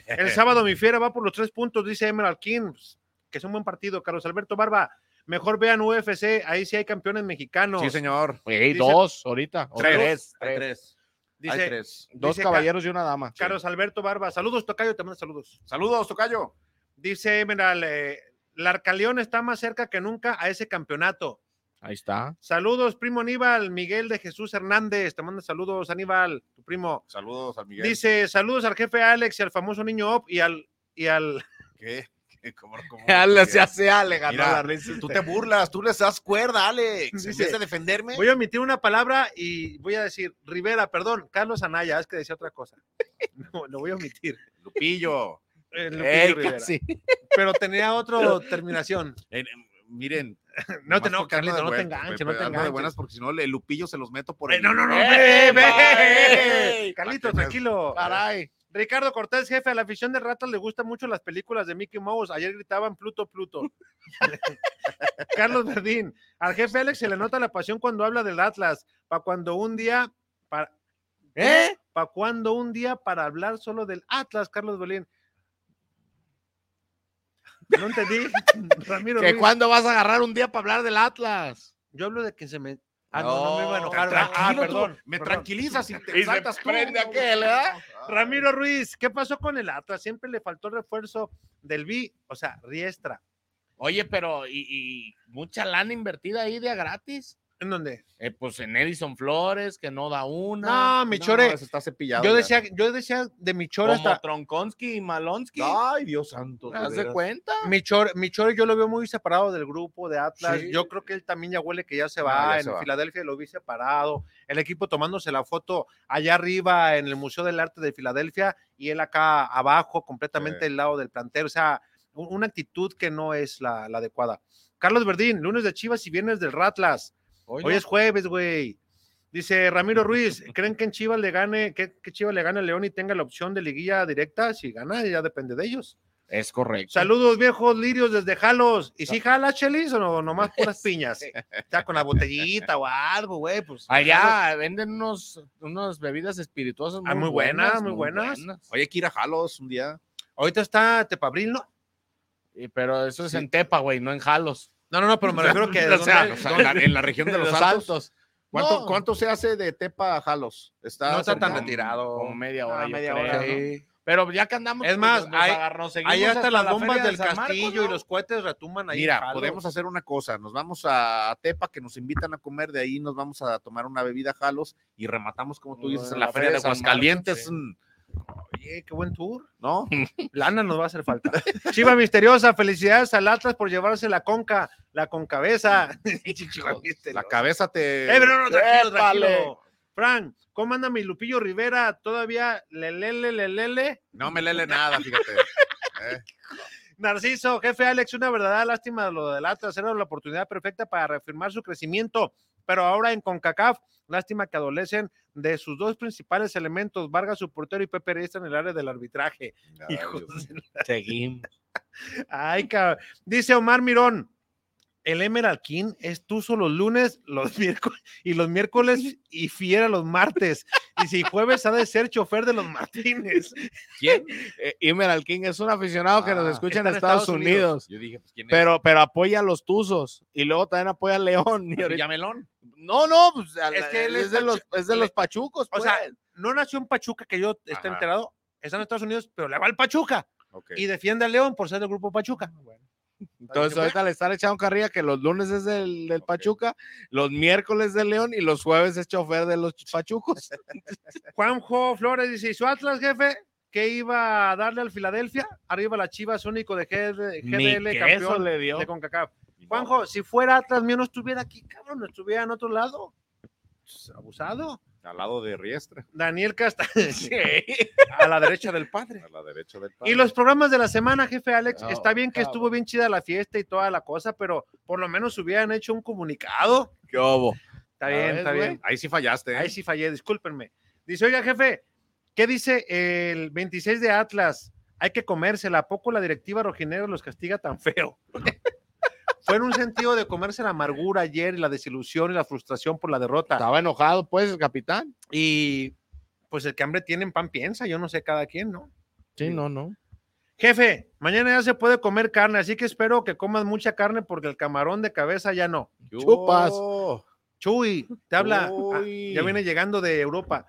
allá.
El sábado mi fiera va por los tres puntos, dice Emerald King, pues, que es un buen partido. Carlos Alberto Barba, mejor vean UFC, ahí sí hay campeones mexicanos.
Sí, señor.
Ey,
Dice-
dos ahorita. o
Tres.
tres,
Hay
tres.
tres.
Dice
Hay tres.
Dos
Dice Ca-
caballeros y una dama.
Carlos Alberto Barba, saludos, Tocayo, te mando saludos.
Saludos, Tocayo.
Dice Emerald, eh, Larcaleón está más cerca que nunca a ese campeonato.
Ahí está.
Saludos, primo Aníbal, Miguel de Jesús Hernández, te manda saludos, Aníbal, tu primo.
Saludos a Miguel.
Dice, saludos al jefe Alex y al famoso niño Op y al, y al
¿Qué? ¿Qué? ¿Cómo- cómo-
se hace Ale, ganó
Mira,
la risa.
Tú te burlas, tú les das cuerda, Alex. En
Dice-
vez de defenderme.
Voy a omitir una palabra y voy a decir Rivera, perdón, Carlos Anaya, es que decía otra cosa. No, lo voy a omitir.
Lupillo.
Eh, Lupillo
Ey,
Rivera.
casi.
Pero tenía otra terminación.
En- en- miren.
No te
nomás
no,
tocando
Carlito,
de
no te
buenas,
enganches, no te
ando de buenas
enganches.
porque si no, el Lupillo se los meto por
Eh,
el-
no, no, no.
¡Eh,
ve, ve,
ve!
ve. Carlito,
Para que veas.
tranquilo.
Caray.
Ricardo Cortés, jefe, a la afición de ratas le gustan mucho las películas de Mickey Mouse. Ayer gritaban Pluto, Pluto. Carlos Verdín, al jefe Alex se le nota la pasión cuando habla del Atlas. Para cuando un día, para,
¿Eh?
¿Para cuándo un día para hablar solo del Atlas, Carlos Belín? No entendí, Ramiro.
¿Que
Ruiz.
cuándo vas a agarrar un día para hablar del Atlas?
Yo hablo de que se me. Ah, no, no me iba a
No,
enojar. ¿verdad?
tranquilo
Ah,
tú,
perdón.
Me
perdón.
tranquilizas y te
Y se
saltas tú.
prende aquel, ¿verdad?
Ramiro Ruiz, ¿qué pasó con el Atlas? Siempre le faltó refuerzo del B, o sea, Riestra.
Oye, pero y, y mucha lana invertida ahí de a gratis.
¿En dónde?
Eh, pues en Edison Flores, que no da una.
No, Michore.
No, se está cepillado.
yo
ya.
decía, yo decía de Michore
como
hasta.
Tronkonsky y Malonsky.
Ay, Dios santo.
pues,
de
¿Haz de
veras.
cuenta?
Michore, Michore yo lo veo muy separado del grupo de Atlas.
Sí.
Yo creo que él también ya huele que ya se
Ah,
va.
ya
en
se va.
Filadelfia lo vi separado. El equipo tomándose la foto allá arriba en el Museo del Arte de Filadelfia y él acá abajo, completamente
Sí.
al lado del plantel. O sea, una actitud que no es la, la adecuada. Carlos Verdín, lunes de Chivas y viernes del Ratlas. Hoy,
Oye,
es jueves, güey. Dice Ramiro Ruiz, ¿creen que en Chivas le gane, que, que Chivas le gane a León y tenga la opción de liguilla directa? Si gana, ya depende de ellos.
es correcto.
Saludos, viejos lirios desde Jalos. ¿Y si jala Chelis o no, nomás puras piñas? Está con la botellita o algo, güey. Pues, Jalos.
Allá venden unos, unas bebidas espirituosas muy,
Ah, muy
buenas,
buenas, muy buenas.
Oye, hay que ir a Jalos un día.
Ahorita está Tepabril, ¿no?
Y- pero eso es en Tepa, güey, no en Jalos.
No, no, no, pero me refiero que.
O sea,
¿dónde-
o sea,
dónde-
en, la, en la región de los, Altos. ¿Cuánto,
No.
cuánto se hace de Tepa a Jalos? Está
No está tan
cerca.
retirado.
Como media
Ah,
hora. yo
media
creo,
hora,
¿no?
sí.
Pero ya que andamos.
Es
pues,
más,
nos
ahí-
agarra- nos seguimos
Ahí hasta
hasta
las
la
bombas
feria de
del
San Marcos,
castillo y
¿no?
los cohetes retumban ahí. en
Mira,
Jalos.
podemos hacer una cosa. Nos vamos a Tepa, que nos invitan a comer, de ahí nos vamos a tomar una bebida Jalos y rematamos, como tú dices, en la, feria de
San
Aguascalientes. mm,
Oye, qué buen tour.
¿No?
Lana nos va a hacer falta. Chiva Misteriosa, felicidades al Atlas por llevarse la conca, la concabeza. Chiva
La
Misteriosa.
cabeza te...
Eh, pero no, tranquilo,
Épale.
tranquilo. Fran, ¿cómo anda mi Lupillo Rivera? Todavía lelele, lelele.
No me lele nada, fíjate. Eh,
Narciso, jefe Alex, una verdadera lástima lo del Atlas. Era la oportunidad perfecta para reafirmar su crecimiento, pero ahora en CONCACAF, lástima que adolecen de sus dos principales elementos, Vargas, su portero, y Pepe Reyes en el área del arbitraje.
ay,
Hijos
Dios.
de
Seguimos.
Ay, cabrón. Dice Omar Mirón, el Emerald King es tuzo los lunes, los miércoles y los miércoles y fiera los martes. Y si jueves ha de ser chofer de los Martínez.
¿Quién? Eh, Emerald King es un aficionado que nos
Ah,
escucha en
está en
Estados,
Estados
Unidos.
Yo dije, pues, ¿quién es?
Pero, pero apoya a los Tuzos y luego también apoya a León. y ahorita-
Villamelón.
No, no, pues, a la-
Es
es,
que él es
de
pachu-
los, es de los pachucos.
O
pues.
sea, no nació en Pachuca, que yo
Ajá.
esté enterado, está en Estados Unidos, pero le va al Pachuca
Ok.
y defiende a León por ser del grupo Pachuca.
Entonces ahorita le están echando carrilla que los lunes es del, del
Ok.
Pachuca, los miércoles de León y los jueves es chofer de los pachucos.
Juanjo Flores dice, ¿y su Atlas, jefe? ¿Qué iba a darle al Filadelfia? Arriba la Chivas, único de GD GDL,
eso
campeón
le dio.
de CONCACAF.
Y no,
Juanjo, si fuera Atlas mío, no estuviera aquí, cabrón, no estuviera en otro lado. Pues, Abusado.
Al lado de Riestra,
Daniel Castañeda. A la derecha del padre.
a la derecha del
Y los programas de la semana, jefe Alex.
No,
está bien que
cabrón.
estuvo bien chida la fiesta y toda la cosa, pero por lo menos hubieran hecho un comunicado.
¿Qué hubo?
Está
Ya
bien,
ves,
está
güey.
bien.
Ahí sí fallaste. ¿eh?
Ahí sí fallé, discúlpenme. Dice, oiga, jefe, ¿qué dice el 26 de Atlas? Hay que comérsela. ¿A poco la directiva rojinegro los castiga tan feo? Fue en un sentido de comerse la amargura ayer y la desilusión y la frustración por la derrota.
Estaba enojado, pues, el capitán.
Y pues el que hambre tiene en pan piensa, yo no sé cada quien, ¿no?
Sí, no, no.
Jefe, mañana ya se puede comer carne, así que espero que comas mucha carne porque el camarón de cabeza ya no.
¿Qué
chupas.
hubo?
Chuy, te habla.
Oh.
Ah,
Uy.
ya viene llegando de Europa.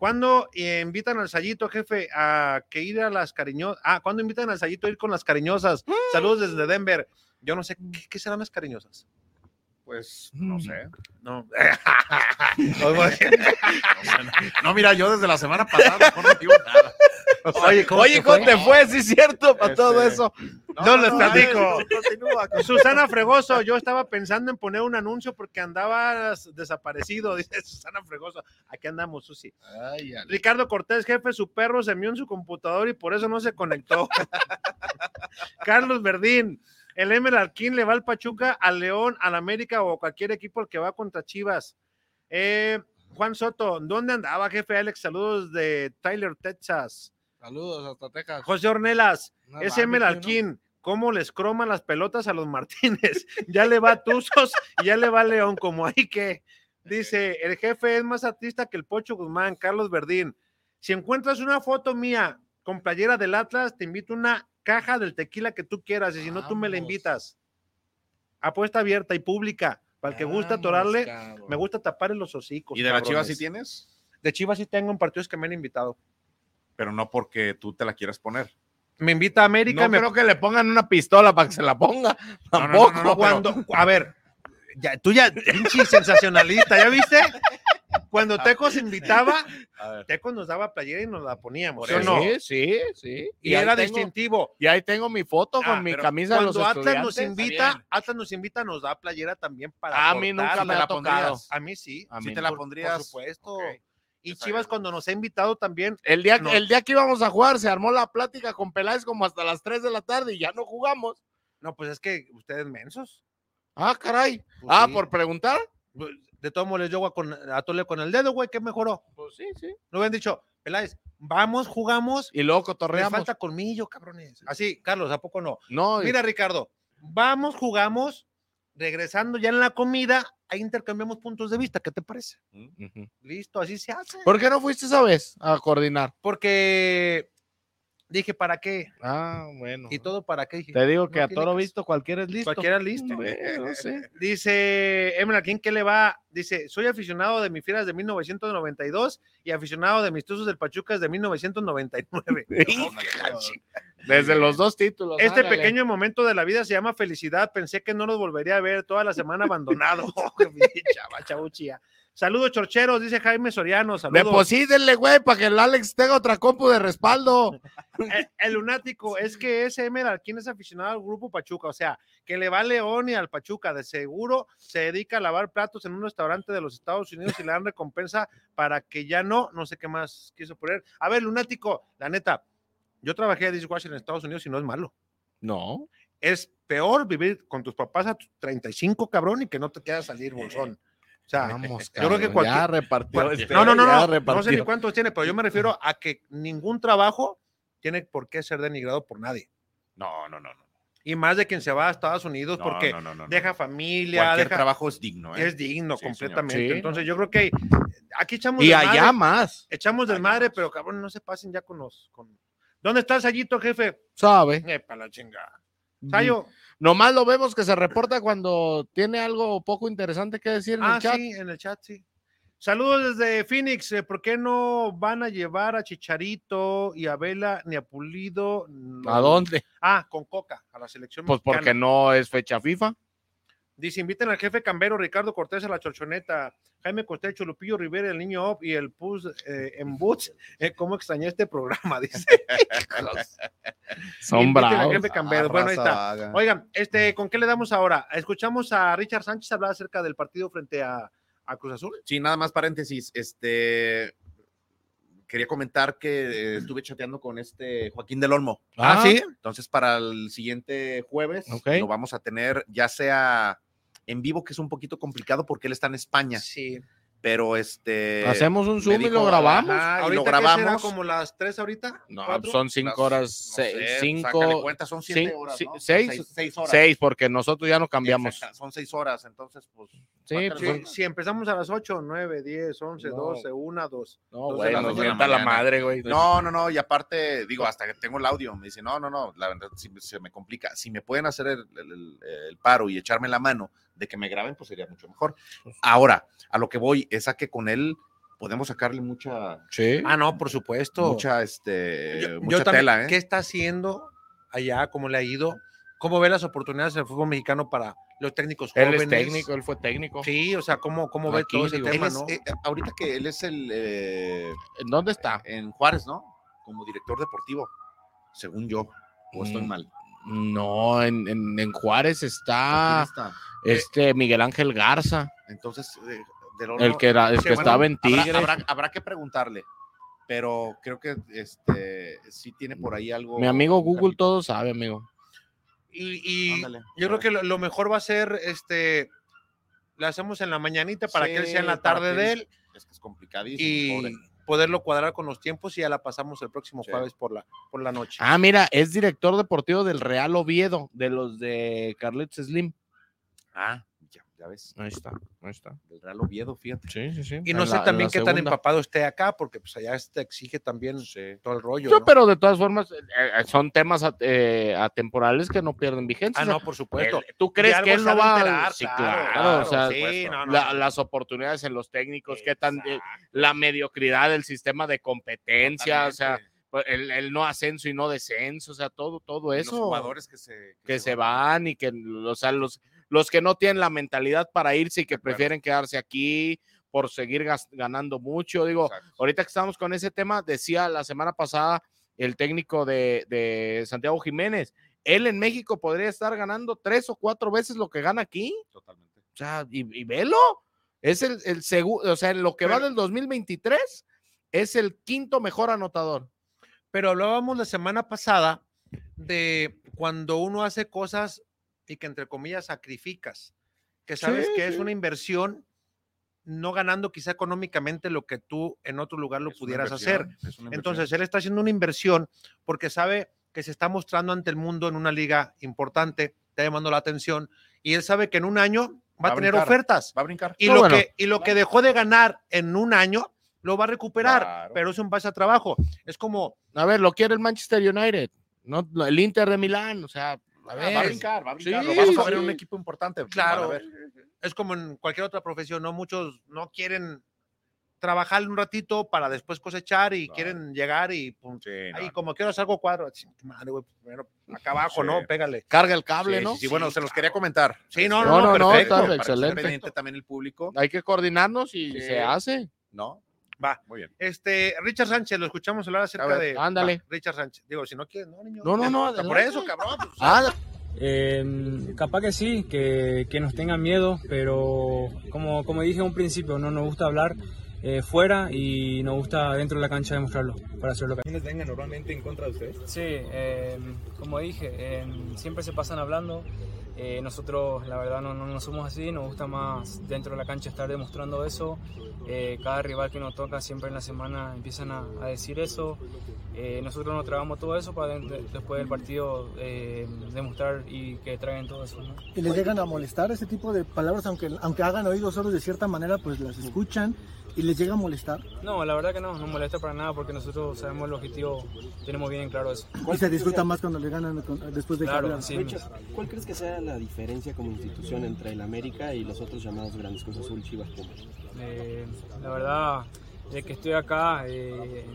¿Cuándo eh, invitan al Sayito, jefe, a que ir a las cariñosas? Ah, ¿cuándo invitan al Sayito a ir con las cariñosas? Saludos desde Denver. Yo no sé, ¿qué, qué serán las cariñosas?
Pues no sé.
No.
No, mira, yo desde la semana pasada no digo nada.
Oye, ¿cómo
Oye,
te
¿cómo
fue?
te fue? Sí, cierto, para todo
Este,
eso.
No les platico.
a ver, continúa.
Susana Fregoso, yo estaba pensando en poner un anuncio porque andabas desaparecido, dice Susana Fregoso. Aquí andamos, Susi. Ricardo Cortés, jefe, su perro se mió en su computador y por eso no se conectó. Carlos Verdín, el Emerald King le va al Pachuca, al León, al América o cualquier equipo al que va contra Chivas. Eh, Juan Soto, ¿dónde andaba, jefe Alex? Saludos de Tyler, Texas.
Saludos hasta Texas.
José Ornelas, ese Emerald King, ¿cómo les croman las pelotas a los Martínez? Ya le va a Tuzos y ya le va a León, como hay que. Dice, el jefe es más artista que el Pocho Guzmán, Carlos Verdín. Si encuentras una foto mía con playera del Atlas, te invito una caja del tequila que tú quieras y si no, tú me la
Vamos.
invitas. Apuesta abierta y pública. Para el que gusta atorarle, me gusta tapar en los hocicos.
¿Y de la
cabrones.
chiva sí tienes?
De Chivas sí tengo en partidos que me han invitado.
Pero no porque tú te la quieras poner.
Me invita a América,
No
me
creo que le pongan una pistola para que se la ponga.
No, no,
Tampoco.
no, no, no, pero-
cuando, a ver, ya, tú ya, pinche sensacionalista, ¿ya viste? Cuando Tecos invitaba,
A ver.
Tecos nos daba playera y nos la
Por
poníamos, ¿sí o
eso.
Sí,
no?
sí, sí.
Y,
ahí
era
tengo-
distintivo.
Y ahí tengo mi foto con
Ah,
mi
pero
camisa de los
Cuando Atlas nos
estudiantes.
invita, Atlas nos invita, nos da playera también para
A mí nunca
portar.
me
la
ha tocado.
pondrías.
A mí sí.
A
Sí
mí
te la
no.
Por
pondrías.
supuesto.
Ok.
Y
Exacto.
Chivas cuando nos ha invitado también,
El día,
No.
el día que íbamos a jugar se armó la plática con Peláez como hasta las 3 de la tarde y ya no jugamos.
no, pues es que ustedes mensos.
Ah, caray.
Pues
Ah,
sí.
por preguntar.
Pues, De todos modos les yo con, a Tole con el dedo, güey, ¿qué mejoró?
Pues sí, sí.
No hubieran dicho, Peláez, vamos, jugamos,
Y luego
le
cotorreamos.
falta colmillo, cabrones. Así, Carlos, ¿a poco no?
No, y-
Mira, Ricardo, vamos, jugamos, regresando ya en la comida, ahí intercambiamos puntos de vista, ¿qué te parece?
Mm,
Ujú.
Listo, así se hace.
¿Por qué no fuiste esa vez a coordinar?
Porque dije, ¿para qué?
Ah, bueno.
Y todo para qué. Dije,
Te digo que
no
a
tiene
toro
caso.
visto cualquiera es listo.
Cualquiera listo.
Hombre, no sé.
Dice Emra, ¿quién qué le va? Dice, soy aficionado de mis fieras de 1992 y aficionado de mis tuzos del Pachucas de 1999.
Desde los dos títulos.
Este
pues, ándale.
pequeño momento de la vida se llama felicidad. Pensé que no los volvería a ver toda la semana abandonado. Chava, chabuchía. Saludos, chorcheros, dice Jaime Soriano. Saludos.
Deposítenle, güey, para que el Alex tenga otra compu de respaldo.
El, Eh, el lunático, es que ese Emerald, quien es aficionado al grupo Pachuca, o sea, que le va a León y al Pachuca, de seguro se dedica a lavar platos en un restaurante de los Estados Unidos y le dan recompensa para que ya no, no sé qué más quiso poner. A ver, lunático, la neta, yo trabajé de dishwasher en Estados Unidos y no es malo.
No.
Es peor vivir con tus papás a tus 35, cabrón, y que no te queda salir
Eh,
bolsón. O sea,
Vamos,
yo creo que
cabrón,
cualquier-
ya repartió.
cual-
este,
no, no, no,
ya
no, no sé
repartió.
ni cuántos tiene, pero yo me refiero a que ningún trabajo tiene por qué ser denigrado por nadie.
No, no, no. no.
Y más de quien se va a Estados Unidos
No,
porque
no, no, no, no.
deja familia,
Cualquier
deja,
trabajo es digno, ¿eh?
es digno
Sí, señor.
completamente.
Sí,
Entonces yo creo que aquí echamos
Y
desmadre,
allá más.
echamos del
allá
madre,
más.
pero cabrón, no se pasen ya con los... Con... ¿Dónde está el Sayito, jefe?
¿Sabe?
para la chingada.
Mm.
Sayo,
Nomás lo vemos que se reporta cuando tiene algo poco interesante que decir en
ah,
el chat.
sí, en el chat, sí. Saludos desde Phoenix. eh, ¿Por qué no van a llevar a Chicharito y a Vela ni a Pulido? No.
¿A dónde?
Ah, con Coca, a la selección
Pues porque
mexicana.
no es fecha FIFA.
Dice, inviten al jefe Cambero, Ricardo Cortés a la chorchoneta, Jaime Cortés, Chulupillo Rivera, el niño Op y el Pus eh, en Boots. Eh, ¿Cómo extrañé este programa? Dice.
Son
Inviten al
bravos.
jefe
Ah,
Cambero. Bueno, ahí está. Oigan, este, ¿con qué le damos ahora? Escuchamos a Richard Sánchez hablar acerca del partido frente a, a Cruz Azul.
Sí, nada más paréntesis. Este quería comentar que eh, estuve chateando con este Joaquín del Olmo.
Ah, sí.
Entonces, para el siguiente jueves
Ok.
lo vamos a tener, ya sea en vivo, que es un poquito complicado porque él está en España,
Sí.
pero este
Hacemos un
me
Zoom y
dijo,
lo grabamos.
ajá, y lo
Pues, ¿qué será?
grabamos.
como las tres ahorita.
No,
¿Cuatro?
son cinco
las-
horas,
no
seis,
pues,
sé, sácale
cinco,
cuenta, son siete
cin-
horas,
si-
¿no? Son
seis-
seis horas.
seis, porque nosotros ya no cambiamos.
Exacta- son seis horas, entonces, pues.
Sí,
Sácale
Sí,
pues,
cuenta.
si empezamos a las 8, 9, 10, 11,
No.
12, 1, 2.
no,
Entonces,
güey,
a las
nos
dos de la
mienta la
mañana.
madre, güey.
No, no, no, y aparte, digo, hasta que tengo el audio, me dice, no, no, no, la verdad sí me- se me complica. Si me pueden hacer el, el- el paro y echarme la mano de que me graben, pues sería mucho mejor. Ahora, a lo que voy es a que con él podemos sacarle mucha,
Sí.
Ah, no, por supuesto.
mucha, este,
Yo- yo
mucha
también,
tela, ¿eh?
¿Qué está haciendo allá? ¿Cómo le ha ido? ¿Cómo ve las oportunidades del fútbol mexicano para los técnicos
él
jóvenes?
es técnico, él fue técnico.
Sí, o sea, ¿cómo, cómo ve
Aquí,
todo ese
digo,
Él
tema,
es,
no?
eh, ahorita que él es el eh,
¿En dónde está?
en Juárez, ¿no? Como director deportivo, según yo, o estoy
Mm,
mal.
No, en, en- en Juárez está
Ah.
¿Quién está?
este Miguel Ángel Garza,
Entonces, eh,
el
del Olmo-
que, era, el
Sí,
que
bueno,
estaba en
habrá-
Tigres.
Habrá, habrá que preguntarle, pero creo que este sí tiene por ahí algo.
Mi amigo Google
Carlito.
todo sabe, amigo.
Y, y
Ándale.
yo creo que lo, lo mejor va a ser, este, lo hacemos en la mañanita para que él sea en la
Sí, para
tarde
que
de
él-
él
Es que es complicadísimo. pobre.
¿eh?
y poderlo cuadrar con los tiempos y ya la pasamos el próximo
Sí.
jueves por la, por la noche.
Ah, mira, es director deportivo del Real Oviedo, de los de Carlitos Slim.
Ah, ya, ya ves.
Ahí está, ahí está.
Del Real Oviedo, fíjate.
Sí, sí, sí.
y no
En
sé
la- en
también
la
qué tan
segunda.
empapado esté acá, porque pues allá te exige también todo el rollo.
No,
¿no?
pero de todas formas, eh, eh, son temas at- eh, atemporales que no pierden vigencia.
Ah,
O sea,
no, por supuesto.
él- ¿Tú crees
algo
que él
se
no
ha de
va a.?
enterar,
Sí,
claro,
claro.
claro,
o sea,
sí,
pues,
no, no,
la-
no.
las oportunidades en los técnicos, qué tan. eh, la mediocridad del sistema de competencia, o sea, pues, el, el no ascenso y no descenso, o sea, todo, todo
Y
eso.
Los jugadores que se,
que se van y que, o sea, los, los que no tienen la mentalidad para irse y que prefieren quedarse aquí por seguir gas- ganando mucho. Digo,
Exacto.
ahorita que estamos con ese tema, decía la semana pasada el técnico de, de Santiago Jiménez, él en México podría estar ganando tres o cuatro veces lo que gana aquí,
Totalmente.
o sea, y, y velo. Es el, el segundo, o sea, en lo que va
Pero-
del 2023, es el quinto mejor anotador.
Pero hablábamos la semana pasada de cuando uno hace cosas y que entre comillas sacrificas, que sabes
Sí,
que es
sí.
una inversión, no ganando quizá económicamente lo que tú en otro lugar lo
Es una
pudieras
inversión,
hacer.
es una inversión.
Entonces, él está haciendo una inversión porque sabe que se está mostrando ante el mundo en una liga importante, está llamando la atención, y él sabe que en un año
Va
va, a
a
tener
brincar.
ofertas.
va a brincar.
Y,
No,
lo
bueno.
que, y lo que dejó de ganar en un año, lo va a recuperar,
Claro.
pero es un pase a trabajo. Es como,
A ver, lo quiere el Manchester United, no no, el Inter de Milán, o sea, a
Ah, va a
ver.
brincar, va a brincar.
Sí,
lo vamos a ver en
sí.
un equipo importante.
Claro.
van a ver.
es como en cualquier otra profesión, ¿no? Muchos no quieren trabajar un ratito para después cosechar y
Claro.
quieren llegar y, pum,
Sí, no,
ahí como quiero hacer algo cuadro, ching, madre, güey, pues, primero acá abajo,
Sí.
¿no? Pégale.
Carga el cable,
Sí,
¿no?
sí, sí, bueno, se los quería comentar.
Sí, no,
Este,
no, no,
perfecto,
no, está
para que esté
excelente.
pendiente también el público,
Hay que coordinarnos y
Sí.
se hace.
¿no?
Va.
Muy bien.
Este, Richard Sánchez, lo escuchamos hablar acerca
A ver,
de
ándale.
Va, Richard Sánchez. Digo, si no quieres, no, niño.
No, no, no,
Está Por eso,
adelante.
cabrón. pues,
Ah,
Eh, capaz que sí, que, que nos tengan miedo, pero como, como dije en un principio, no nos gusta hablar eh, fuera y nos gusta dentro de la cancha demostrarlo para hacer lo que
¿Quiénes vengan normalmente en contra de ustedes?
Sí, eh, como dije, eh, siempre se pasan hablando. Eh, nosotros, la verdad, no, no, no somos así. Nos gusta más dentro de la cancha estar demostrando eso. Eh, cada rival que nos toca siempre en la semana empiezan a, a decir eso. Eh, nosotros nos tragamos todo eso para de- después del partido eh, demostrar y que traigan todo eso. ¿no?
y les llegan a molestar ese tipo de palabras, aunque, aunque hagan oídos sordos de cierta manera, pues las escuchan y les llega a molestar
No, la verdad que no, no molesta para nada porque nosotros sabemos el objetivo, tenemos bien en claro eso.
y se disfruta más cuando le ganan con- después de que
Claro,
hablan.
así mismo.
Richard, ¿cuál crees que sea la diferencia como institución entre el América y los otros llamados grandes Cruz Azul, Chivas, Pumas?
Eh, la verdad, de que estoy acá, eh,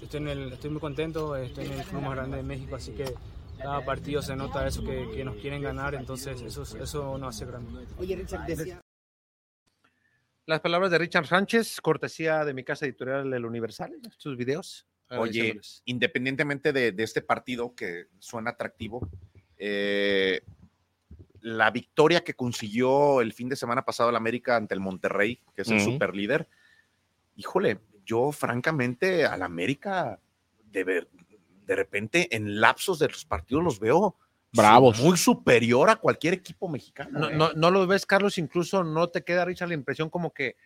estoy, en el- estoy muy contento, eh, estoy en el club más grande de México, así que cada partido se nota eso que, que nos quieren ganar, entonces eso, es- eso nos hace grande.
Las palabras de Richard Sánchez, cortesía de mi casa editorial El Universal, sus videos.
Oye,
Agradecémosles.
independientemente de, de este partido que suena atractivo, eh, la victoria que consiguió el fin de semana pasado el América ante el Monterrey, que es el
Ujú.
superlíder, híjole, yo francamente al América de, ver- de repente en lapsos de los partidos los veo
Bravos.
muy superior a cualquier equipo mexicano.
no,
¿eh?
no, no lo ves, Carlos, incluso no te queda, Richard, la impresión como que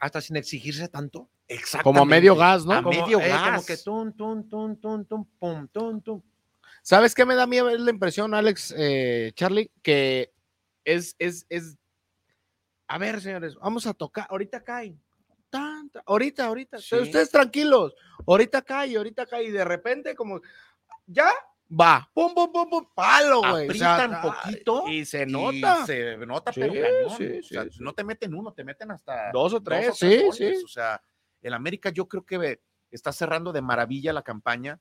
hasta sin exigirse tanto.
Exactamente.
como a medio gas, ¿no?
A
Como,
medio
eh, como
gas.
que tum, tum, tum, tum, tum, pum, tum, tum.
¿Sabes qué me da a mí la impresión, Alex, eh, Charlie? Que es, es, es. A ver, señores, vamos a tocar. Ahorita caen. Tan, tan, ahorita, ahorita.
Sí.
Ustedes tranquilos. Ahorita cae, ahorita cae. Y de repente, como. Ya va. Pum, pum, pum, pum. Palo, güey. O sea,
Aprietan
ah,
poquito
Y se
y
nota.
Se nota,
Sí,
pero cañón.
sí,
O sea,
sí, sí.
No te meten uno, te meten hasta
Dos o
dos
tres.
o
sí,
goles.
sí.
O sea, el América yo creo que ve- está cerrando de maravilla la campaña.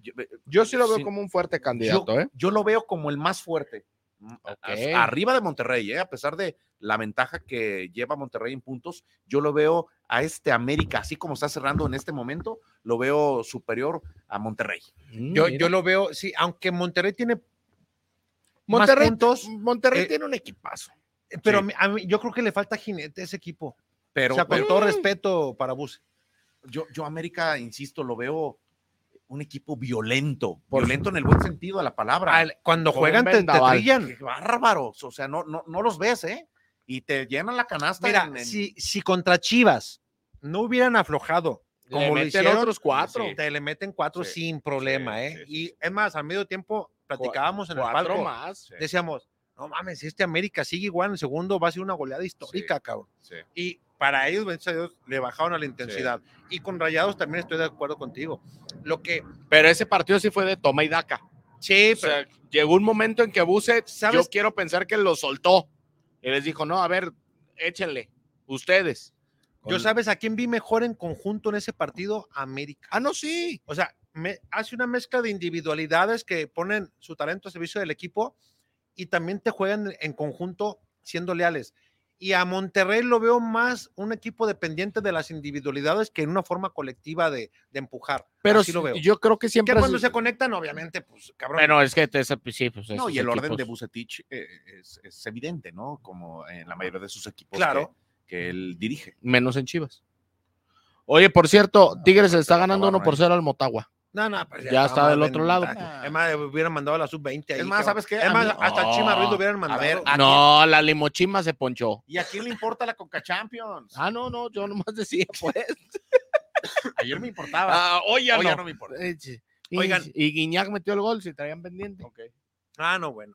Yo,
Yo sí lo veo
Sí.
como un fuerte candidato, ¿eh?
yo lo veo como el más fuerte. Mm,
Ok.
Arriba de Monterrey, ¿eh? a pesar de la ventaja que lleva Monterrey en puntos, yo lo veo a este América, así como está cerrando en este momento, lo veo superior a Monterrey.
Yo, yo lo veo, sí, aunque Monterrey tiene
Monterrey,
más puntos,
Monterrey
eh,
tiene un equipazo.
pero
sí.
a mí- a mí- yo creo que le falta jinete a ese equipo.
Pero,
o sea, con
pero
todo respeto para Bus.
yo, yo América, insisto, lo veo un equipo violento, violento en el buen sentido de la palabra.
Al- Cuando
Como un
juegan te, te
vendaval.
trillan.
Qué bárbaros, o sea, no, no, no los ves, ¿eh? Y te llenan la canasta.
Mira,
en- en-
si, si contra Chivas no hubieran aflojado
Como
como
le
lo
meten
hicieron,
otros cuatro.
te le meten cuatro
Sí,
sin problema,
sí,
¿eh?
sí,
y es más, al medio tiempo platicábamos en el
Cuatro
palco,
más.
decíamos, no mames, si este América sigue igual en el segundo, va a ser una goleada histórica, cabrón.
Sí.
Y para ellos, bendito sea Dios, le bajaron a la intensidad. Y con Rayados también estoy de acuerdo contigo. Lo que,
Pero ese partido sí fue de toma y daca.
sí,
O sea, llegó un momento en que Buse,
¿Sabes?
yo quiero pensar que lo soltó. Y les dijo, no, a ver, échenle, ustedes.
pero yo sabes a quién vi mejor en conjunto en ese partido, América.
Ah, no, sí.
O sea, me- hace una mezcla de individualidades que ponen su talento a servicio del equipo y también te juegan en conjunto siendo leales. Y a Monterrey lo veo más un equipo dependiente de las individualidades que en una forma colectiva de, de empujar.
Pero
Así lo veo.
yo creo que
Que
siempre...
cuando
es-
se conectan, obviamente, pues cabrón.
Bueno, es que te- ese- sí, pues,
No,
esos
y el orden de
equipos. Pues,
Bucetich eh, es, es evidente, ¿no? Como en la mayoría de sus equipos.
claro.
que- que él dirige.
menos en Chivas. Oye, por cierto, Tigres le está
Pero
ganando
acabaron
1 por 0 al
¿eh?
Motagua.
No, no, pues
Ya está
más
del otro lado.
ventaja. Es más, hubieran mandado a la sub-20. ahí,
Es más,
cabrón.
¿sabes qué?
Es
A
más,
mí-
hasta
No.
Chima Ruiz lo hubieran mandado.
ver, ¿a
No, la limochima se ponchó.
¿Y a quién le importa la Conca Champions?
Ah, no, no, yo nomás decía, pues.
Ayer me importaba.
Ah, hoy
Hoy
ya
ya
no.
no me importa.
Eh, sí. Y,
Oigan.
y Guiñac metió el gol, si traían pendiente.
Ah, no, bueno.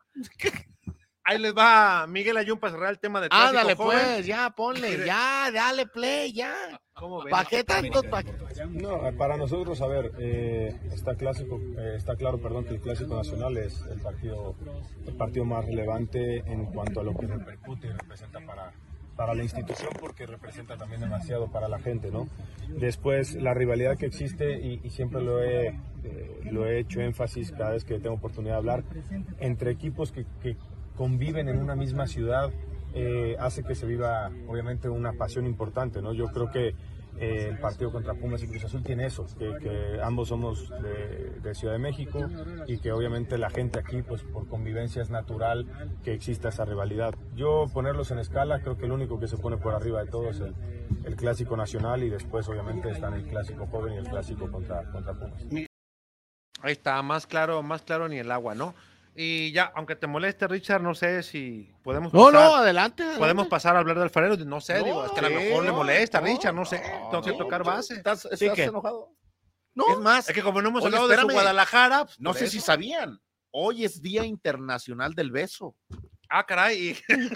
Ahí les va Miguel Ayun para cerrar el tema del clásico
Ándale,
joven.
pues, ya, ponle, ya, dale play, ya.
¿Cómo ven?
¿Para qué tanto? pa' qué?
No, eh, para nosotros, a ver, eh, está, clásico, eh, está claro perdón, que el Clásico Nacional es el partido, el partido más relevante en cuanto a lo que repercute y representa para, para la institución, porque representa también demasiado para la gente, ¿no? Después, la rivalidad que existe, y, y siempre lo he, eh, lo he hecho énfasis cada vez que tengo oportunidad de hablar, entre equipos que, que conviven en una misma ciudad, eh, hace que se viva, obviamente, una pasión importante, ¿no? Yo creo que eh, el partido contra Pumas y Cruz Azul tiene eso, que, que ambos somos de, de Ciudad de México y que obviamente la gente aquí, pues por convivencia es natural que exista esa rivalidad. Yo ponerlos en escala, creo que el único que se pone por arriba de todo es el, el clásico nacional y después obviamente están el clásico joven y el clásico contra, contra Pumas.
Ahí está, más claro, más claro ni el agua, ¿no? Y ya, aunque te moleste, Richard, no sé si podemos
No,
pasar,
no, adelante. adelante.
podemos pasar a hablar de alfarero. No sé,
No,
digo, es que a lo
sí,
mejor le
no,
molesta,
no,
Richard, no sé.
no,
tengo que
no,
tocar
tú-
base.
¿Estás,
Sí,
estás
¿qué?
enojado?
No,
Es más, es que como no hemos
Oye,
hablado de
espérame.
su Guadalajara, pues,
No
por
sé
eso.
si sabían. Hoy es Día Internacional del Beso.
Ah, caray. y-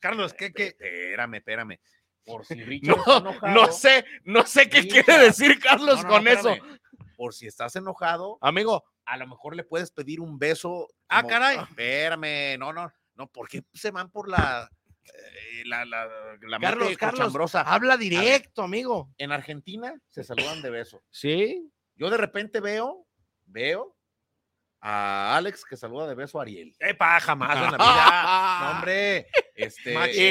Carlos, ¿qué, qué?
Espérame, espérame. Por si Richard está
no,
enojado.
no sé, no sé qué
Hija.
quiere decir Carlos
No, no,
con
no,
eso.
espérame. Por si estás enojado,
Amigo,
a lo mejor le puedes pedir un beso.
Ah, caray.
Espérame, no, no, no, ¿por qué se van por la, eh, la, la, la
Carlos,
mente
Carlos,
cochambrosa?
habla directo, amigo.
En Argentina se saludan de beso.
Sí.
Yo de repente veo, veo a Alex que saluda de beso a Ariel. Ah,
Epa, jamás en la
Ah,
vida. No, hombre.
Este,
Machín,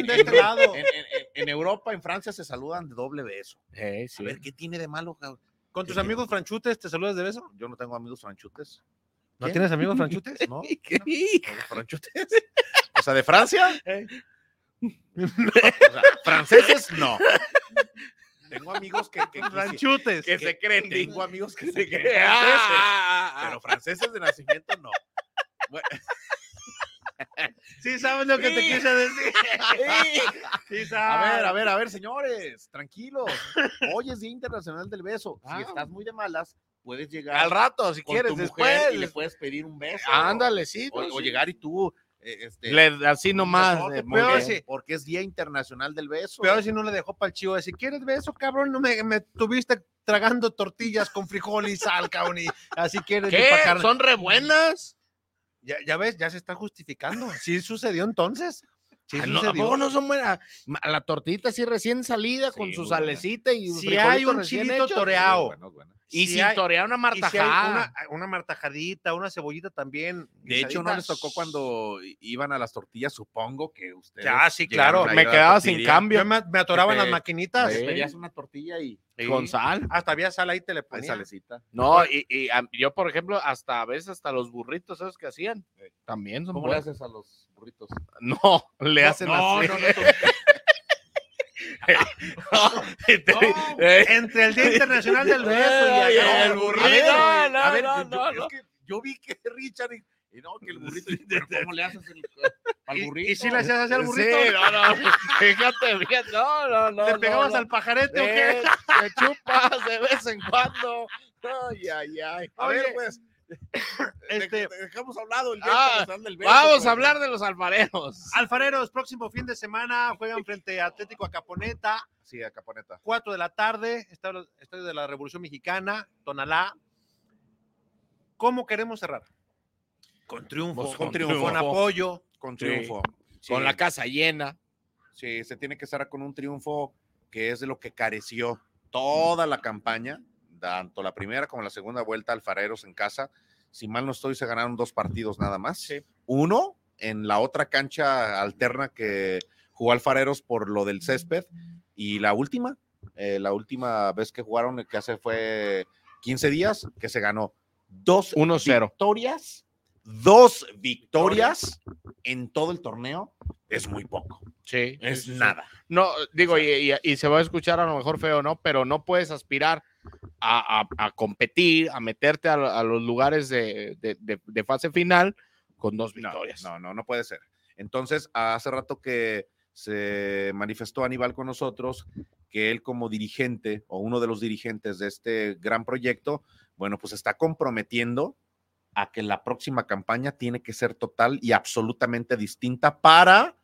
en,
de este lado.
en- en- en Europa, en Francia se saludan de doble beso.
Eh, sí.
A ver, ¿qué tiene de malo? cabrón?
¿Con tus amigos franchutes te saludas de beso?
Yo no tengo amigos franchutes.
¿No
¿Quién?
tienes amigos franchutes?
¿No?
¿Qué?
¿Amigos franchutes? O sea, ¿de Francia? O sea, franceses no. Tengo amigos que, que, quisi-
Franchutes.
que se creen.
tengo amigos que se creen
Ah,
franceses,
ah, ah,
pero franceses de nacimiento no.
Sí, sabes lo que te
Sí.
quise decir.
ah.
Sí,
A
sabes.
ver, a ver, a ver, señores, tranquilos. Hoy es Día Internacional del Beso.
Ah.
Si estás muy de malas, puedes llegar
Al rato, si
con
quieres,
tu mujer
después.
y le puedes pedir un beso.
Ándale, sí. pues,
O,
no,
o
sí.
llegar y tú, eh, este,
Le- así nomás.
besote,
eh, muy
porque,
peor
bien.
si-
porque es Día Internacional del Beso.
Peor si no le dejó para el chivo decir, ¿quieres beso, cabrón? No me, me tuviste tragando tortillas con frijol y sal, cabrón. Y así quieres
¿Qué?
ir pa' carne".
¿Son re buenas?
Ya, ya ves, ya se está justificando. Sí sucedió entonces. Sí
Ah, no, ¿a
sucedió.
poco no son buenas? Ma- La tortita así recién salida con
Sí,
su
muy
salecita y
Si
frijolitos
hay un
recién
chilito
hechos.
toreado.
Bueno, bueno.
Y
Si
sin
hay-
torear una
Y si hay
martajada.
una, una martajadita, una cebollita también.
De hecho, no
guisadita.
les tocó cuando i- iban a las tortillas, supongo que ustedes.
Ya, sí,
llegaron a
claro.
ir
Me
a la
quedaba sin
tortillería,
cambio.
Yo me, me atoraba en las
Este,
maquinitas.
te
Sí.
pedías una tortilla y
Sí.
Con sal.
Hasta había sal ahí, te le
hay
ponía.
salecita.
No, y, y a- yo, por ejemplo, hasta a veces hasta los burritos, ¿sabes qué hacían? También son
Eh, ¿Cómo le
buenos.
haces a los burritos?
No, le hacen
no,
así.
no,
Y te- eh,
Entre el Día Internacional del Beso y
Ay,
acá.
el
A ver,
burrito.
A ver,
No, no,
a ver,
no,
yo-
no,
yo,
no.
es que yo vi que Richard y, y no, que el burrito. pero ¿Cómo le haces el, al
y-
burrito?
¿Y, si le hacías hacia el burrito?
Sí, no, no. Fíjate bien. No, no, no.
¿Le
no,
pegabas
no.
al pajarete o qué?
Eh, Te chupas de vez en cuando. Ay, ay, ay.
A
Oye,
ver, pues.
este-
Este... Dejamos hablado el día
Ah,
internacional del beso, pues,
Vamos
pero-
a hablar de los alfareros.
Ah,
Alfareros, próximo fin de semana juegan frente a Atlético Acaponeta,
Sí, a Caponeta.
4 de la tarde, estadio estadio de la Revolución Mexicana, Tonalá. ¿Cómo queremos cerrar? Con triunfo,
Pues
con,
con triunfo.
apoyo.
Con
Sí.
triunfo.
Con
Sí.
la casa llena.
Sí, se tiene que cerrar con un triunfo que es de lo que careció toda la campaña, tanto la primera como la segunda vuelta, Alfareros en casa. Si mal no estoy, se ganaron dos partidos nada más.
Sí.
Uno en la otra cancha alterna que jugó Alfareros por lo del césped. Y la última, eh, la última vez que jugaron, que hace fue 15 días, que se ganó dos
1-0.
victorias, dos victorias en todo el torneo, es muy poco.
Sí.
Es
sí, sí.
nada.
No, digo, y, y- y se va a escuchar a lo mejor feo, ¿no? Pero no puedes aspirar a, a- a competir, a meterte a, a los lugares de, de- de- de fase final con dos
No,
victorias.
no, no, no puede ser. Entonces, hace rato que se manifestó Aníbal con nosotros que él como dirigente o uno de los dirigentes de este gran proyecto, bueno, pues está comprometiendo a que la próxima campaña tiene que ser total y absolutamente distinta para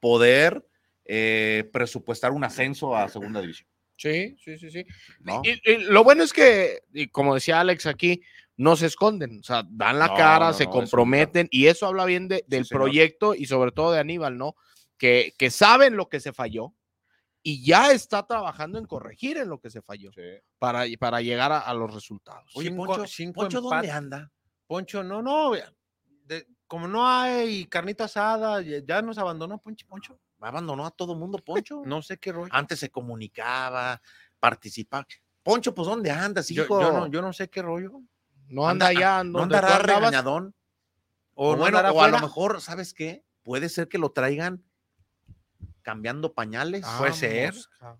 poder eh, presupuestar un ascenso a segunda división.
Sí, sí, sí, sí.
¿no?
Y, y lo bueno es que, y como decía Alex aquí, no se esconden, o sea, dan la
No,
cara,
no,
se
no, eso
comprometen y eso habla bien de- del
señor.
proyecto y sobre todo de Aníbal, ¿no? Que, que saben lo que se falló y ya está trabajando en corregir en lo que se falló para, para llegar a, a los resultados.
Oye,
Cinco-
Poncho,
cinco
Poncho, ¿dónde
empates.
anda? Poncho, no, no. de- como no hay carnita asada, ya, ya nos abandonó Poncho. Poncho.
Abandonó a todo mundo, Poncho.
No sé qué rollo.
Antes se comunicaba, participaba. Poncho, pues ¿dónde andas,
yo,
hijo?
yo no, yo no sé qué rollo.
no anda,
anda-
ya,
no
donde tú
andará
andabas.
regañadón. O,
¿O no
bueno,
andará
o a lo
afuera?
mejor, ¿sabes qué? Puede ser que lo traigan cambiando pañales
Puede ser.
Vamos, cabrón.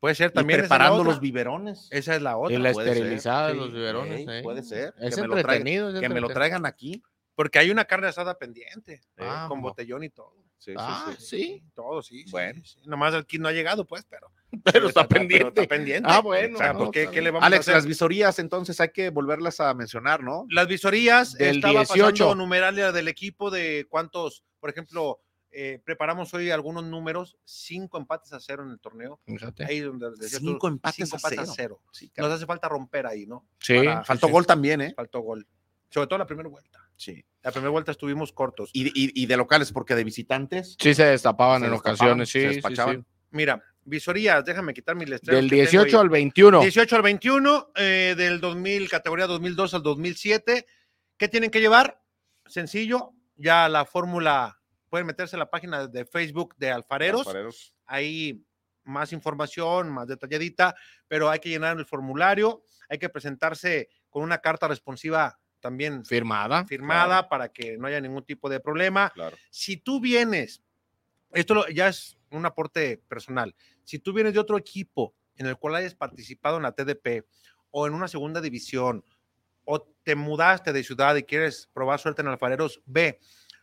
Puede ser
y
también. esa es la
preparando
otra.
los biberones.
Esa es la otra.
Y la
puede ser,
esterilizada de los
sí,
biberones.
Ey,
¿eh?
Puede ser.
Es
que me lo traigan,
entretenido. es
que me lo
entretenido.
traigan aquí.
Porque hay una carne asada pendiente.
Ah,
con
mo-
botellón y todo.
Sí, sí,
Ah,
sí.
sí.
Todo, sí. sí,
Bueno.
sí, sí. Nomás aquí no ha llegado, pues, pero.
Pero está
pero
pendiente.
está pendiente.
Ah, bueno.
O sea,
no,
pues, ¿qué,
está
qué le
bien.
vamos
Alex,
a hacer?
las visorías, entonces hay que volverlas a mencionar, ¿no?
las visorías
Del
estaba
18.
pasando numerales del equipo de cuántos, por ejemplo, eh, preparamos hoy algunos números, cinco empates a cero en el torneo.
Fíjate.
Ahí donde decías tú,
Cinco empates
cinco
a cero. Sí,
Nos
cabrón.
hace falta romper ahí, ¿no?
Sí,
para-
Faltó
sí,
gol también, ¿eh?
Faltó gol. Sobre todo la primera vuelta.
Sí.
La primera vuelta estuvimos cortos.
Y, y- y de locales, porque de visitantes.
sí se destapaban
se
en
destapaban,
ocasiones.
se
Sí, sí,
despachaban.
sí.
Mira, visorías, déjame quitar mis letreros.
Del
que tengo
18
ahí.
al 21.
18 al 21, eh, del 2000, categoría 2002 al 2007. ¿Qué tienen que llevar? Sencillo, ya la fórmula, pueden meterse en la página de Facebook de Alfareros,
Alfareros.
ahí más información, más detalladita, pero hay que llenar el formulario, hay que presentarse con una carta responsiva también
Firmada.
firmada para que no haya ningún tipo de problema.
Claro.
Si tú vienes, esto lo- ya es un aporte personal, si tú vienes de otro equipo en el cual hayas participado en la TDP o en una segunda división o te mudaste de ciudad y quieres probar suerte en Alfareros, ve.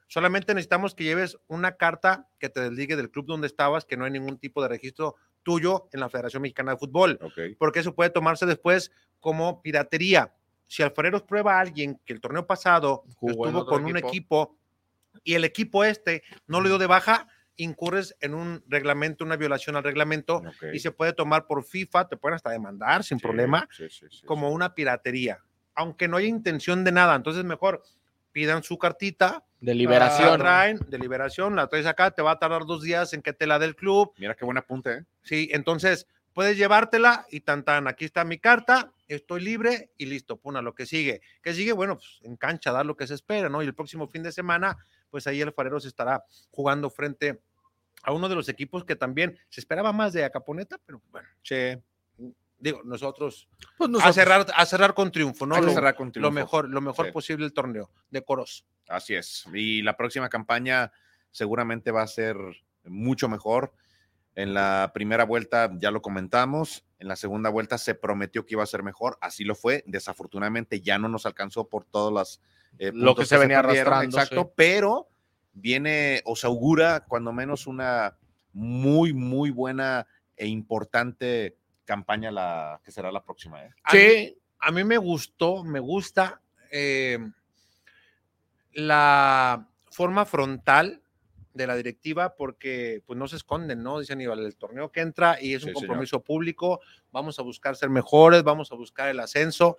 Solamente necesitamos que lleves una carta que te desligue del club donde estabas, que no hay ningún tipo de registro tuyo en la Federación Mexicana de Fútbol
Ok.
porque eso puede tomarse después como piratería. Si Alfareros prueba a alguien que el torneo pasado
Jugó en
estuvo
otro
con un equipo y el equipo este no lo dio de baja, incurres en un reglamento, una violación al reglamento
ok.
y se puede tomar por FIFA, te pueden hasta demandar sin
Sí,
problema,
sí, sí, sí,
como una piratería, aunque no haya intención de nada. Entonces, mejor pidan su cartita,
De
la
liberación.
traen de liberación, la traes acá, te va a tardar dos días en que te la dé el club,
sí. Mira qué buen apunte, ¿eh?
Sí, entonces puedes llevártela y tan tan, aquí está mi carta, estoy libre y listo, puna, lo que sigue. ¿Qué sigue? Bueno, pues en cancha, dar lo que se espera, ¿no? Y el próximo fin de semana, pues ahí el farero se estará jugando frente a uno de los equipos que también se esperaba más de Acaponeta, pero bueno, che, digo, nosotros,
Pues
a,
nosotros-
cerrar, a cerrar con triunfo, ¿no?
Hay que
Lo,
cerrar con
lo
triunfo.
mejor, lo mejor
Sí.
posible el torneo, decoroso.
Así es. Y la próxima campaña seguramente va a ser mucho mejor. En la primera vuelta ya lo comentamos, en la segunda vuelta se prometió que iba a ser mejor, así lo fue. Desafortunadamente ya no nos alcanzó por todas las eh,
Lo
puntos
que se venía
perdieron,
arrastrando,
Exacto,
sí.
pero viene o se augura cuando menos una muy muy buena e importante campaña la que será la próxima. ¿eh?
A mí-
Sí,
a mí me gustó, me gusta eh, la forma frontal de la directiva porque pues no se esconden, ¿no? Dicen, Aníbal, el torneo que entra y es un
Sí, señor.
compromiso público, vamos a buscar ser mejores, vamos a buscar el ascenso,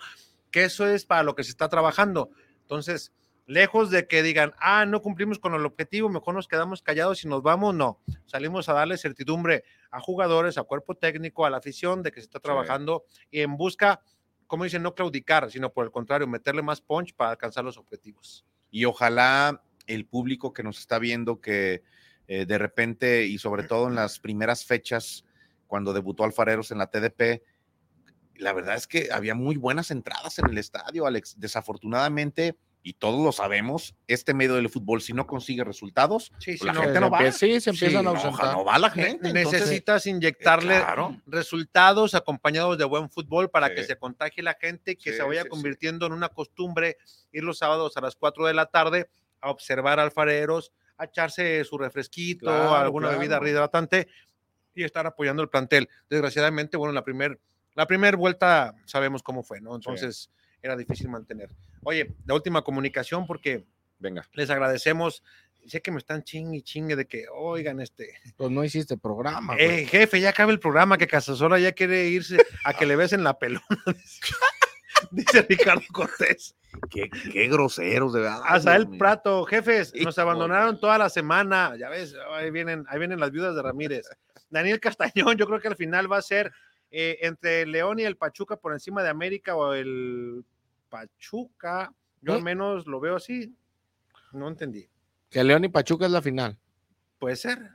que eso es para lo que se está trabajando. Entonces, lejos de que digan, ah, no cumplimos con el objetivo, mejor nos quedamos callados y nos vamos, no. Salimos a darle certidumbre a jugadores, a cuerpo técnico, a la afición de que se está trabajando y en busca, como dicen, no claudicar, sino por el contrario, meterle más punch para alcanzar los objetivos.
y ojalá el público que nos está viendo que eh, de repente y sobre todo en las primeras fechas cuando debutó Alfareros en la TDP, la verdad es que había muy buenas entradas en el estadio, Alex. Desafortunadamente, y todos lo sabemos, este medio del fútbol, si no consigue resultados,
Sí, sí,
Pues la
no,
gente no va.
Sí, se
Sí,
empiezan a
no,
ausentar.
ojalá no va la gente. entonces,
Necesitas inyectarle
claro.
resultados acompañados de buen fútbol para
Sí.
que se contagie la gente y que
Sí,
se vaya
sí, sí.
convirtiendo en una costumbre ir los sábados a las 4 de la tarde a observar alfareros, a echarse su refresquito,
Claro,
alguna
claro.
bebida rehidratante y estar apoyando el plantel. Desgraciadamente, bueno, la primera la primer vuelta sabemos cómo fue, ¿no? Entonces era difícil mantener. Oye, la última comunicación porque
venga.
les agradecemos. Sé que me están chingue y chingue de que, oigan, este,
Pues no hiciste programa. güey.
eh, jefe, ya acaba el programa, que Casasola ya quiere irse a que le besen la pelona. Dice Ricardo Cortés.
Qué, qué groseros, de verdad. Dios
el
mío.
Prato, jefes, nos
Híjole.
abandonaron toda la semana. Ya ves, ahí vienen, ahí vienen las viudas de Ramírez. Daniel Castañón, yo creo que al final va a ser eh, entre el León y el Pachuca por encima de América o el Pachuca. Yo al
¿Eh?
menos lo veo así. No entendí.
Que León y Pachuca es la final.
Puede ser.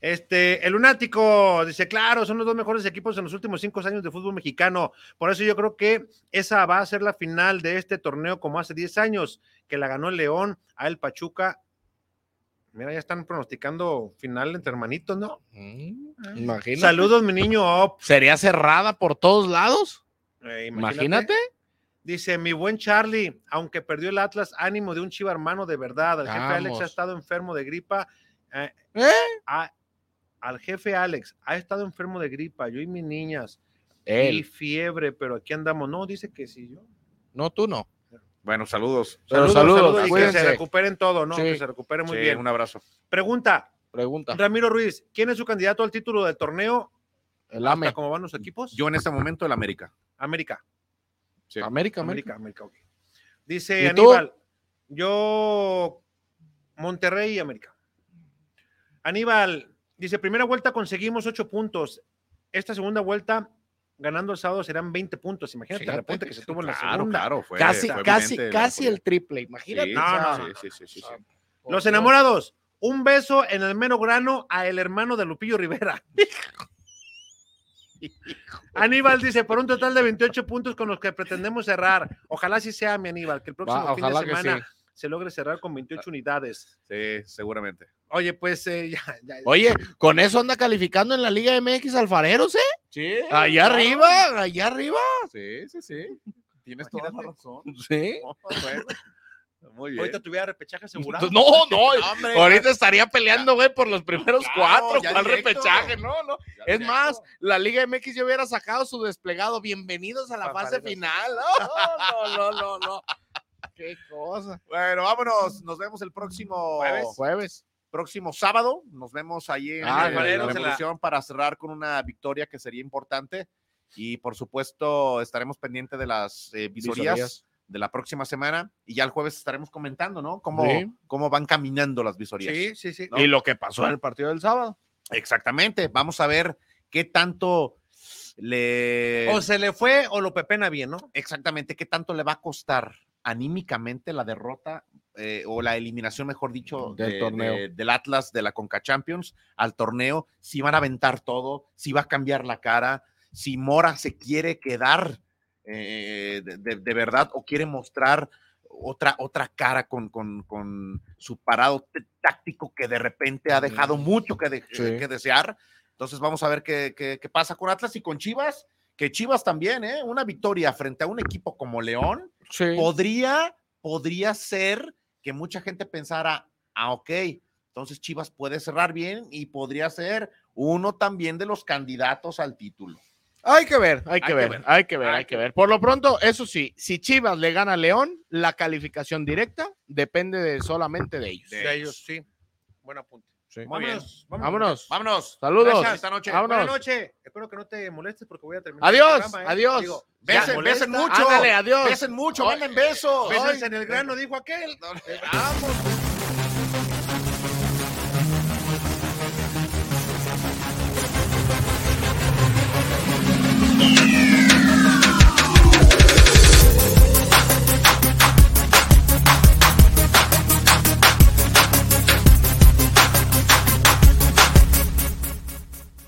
Este, el lunático dice, claro, son los dos mejores equipos en los últimos cinco años de fútbol mexicano. Por eso yo creo que esa va a ser la final de este torneo como hace 10 años, que la ganó el León a el Pachuca. Mira, ya están pronosticando final entre hermanitos, ¿no?
Mm, Imagínate.
Saludos, mi niño. Oh,
¿Sería cerrada por todos lados?
eh,
Imagínate.
Dice, mi buen Charlie, aunque perdió el Atlas, ánimo de un chiva hermano de verdad. El jefe Alex
Vamos.
ha estado enfermo de gripa. eh,
¿Eh?
a- al jefe Alex, ha estado enfermo de gripa, yo y mis niñas, y
Él.
fiebre, pero aquí andamos. No, dice que sí, yo.
No, tú no.
Bueno, saludos.
Pero saludos,
y que
cuídense.
se recuperen todo, ¿no?
Sí. Ah.
Que se recuperen muy
Sí,
bien.
un abrazo.
Pregunta,
Pregunta.
Ramiro Ruiz, ¿quién es su candidato al título del torneo?
El AME.
¿Cómo van los equipos?
Yo en este momento el América.
América.
Sí.
América, América.
América, América, ok. Dice
¿Y tú?
Aníbal, yo Monterrey y América. Aníbal, dice, primera vuelta conseguimos ocho puntos. Esta segunda vuelta, ganando el sábado, serán 20 puntos. Imagínate el
Fíjate,
repunte que se tuvo en la
claro,
segunda.
Claro, fue,
Casi,
fue
casi,
evidente la
casi el triple. Imagínate.
Sí,
No,
sí,
no,
sí, sí, sí, sí, sí.
Los enamorados, un beso en el mero grano a el hermano de Lupillo Rivera. Aníbal dice, por un total de 28 puntos con los que pretendemos cerrar. Ojalá sí sea mi Aníbal, que el próximo
Va,
fin de
ojalá que
semana
sí.
se logre cerrar con
Ah.
28 unidades.
Sí, seguramente.
Oye, pues eh, ya, ya-
Oye, con eso anda calificando en la Liga MX Alfareros, ¿eh?
Sí.
Allá arriba, allá arriba.
Sí, sí, sí. Tienes toda la razón.
Sí.
Muy bien.
ahorita tuviera repechaje asegurado.
No, no.
Hombre,
Ahorita estaría peleando, güey, por los primeros
Claro,
cuatro.
ya
¿Cuál
directo.
repechaje? No, no.
ya
Es
sé.
más, la Liga MX ya hubiera sacado su desplegado. Bienvenidos a la fase
Paparazos.
final. No, no, no, no, no. Qué cosa.
Bueno, vámonos. Nos vemos el próximo
Jueves.
próximo sábado. Nos vemos ahí en
Ah,
el-
en
en
la-
la revolución para cerrar con una victoria que sería importante. Y por supuesto, estaremos pendientes de las eh, visorías,
Visorías.
de la próxima semana. Y ya el jueves estaremos comentando, ¿no? Cómo,
Sí.
cómo van caminando las visorías.
Sí, sí, sí.
Y lo que pasó en el partido del sábado.
Exactamente. Vamos a ver qué tanto le.
O se le fue o lo pepena bien, ¿no?
exactamente qué tanto le va a costar anímicamente la derrota eh, o la eliminación, mejor dicho,
Del
de-
torneo.
de- del Atlas de la Conca Champions al torneo, si van a aventar todo, si va a cambiar la cara, si Mora se quiere quedar eh, de, de- de verdad o quiere mostrar otra, otra cara con, con- con su parado t- táctico que de repente ha dejado mucho que, de-
Mm. Sí.
que desear. Entonces vamos a ver qué, qué- qué pasa con Atlas y con Chivas, que Chivas también, ¿eh? Una victoria frente a un equipo como León
Sí.
podría, podría ser que mucha gente pensara, ah, ok, entonces Chivas puede cerrar bien y podría ser uno también de los candidatos al título.
Hay que ver, hay que,
que
ver,
ver.
hay que ver,
Hay
hay que ver. Por lo pronto, eso sí, si Chivas le gana a León, la calificación directa depende de- solamente de ellos.
De
Sí, ellos, sí. Buen apunte.
Muy bien.
Vámonos, vámonos.
Vámonos.
Vámonos.
Saludos.
Gracias, esta noche.
Vámonos.
Buenas noches. Espero que no te molestes porque voy a terminar. el
Adiós,
programa, ¿eh?
adiós.
Digo,
Ya,
Besen,
molesta.
besen mucho.
Ándale, adiós.
Besen mucho,
Ay,
manden besos.
Besos en el grano, dijo aquel.
Vamos.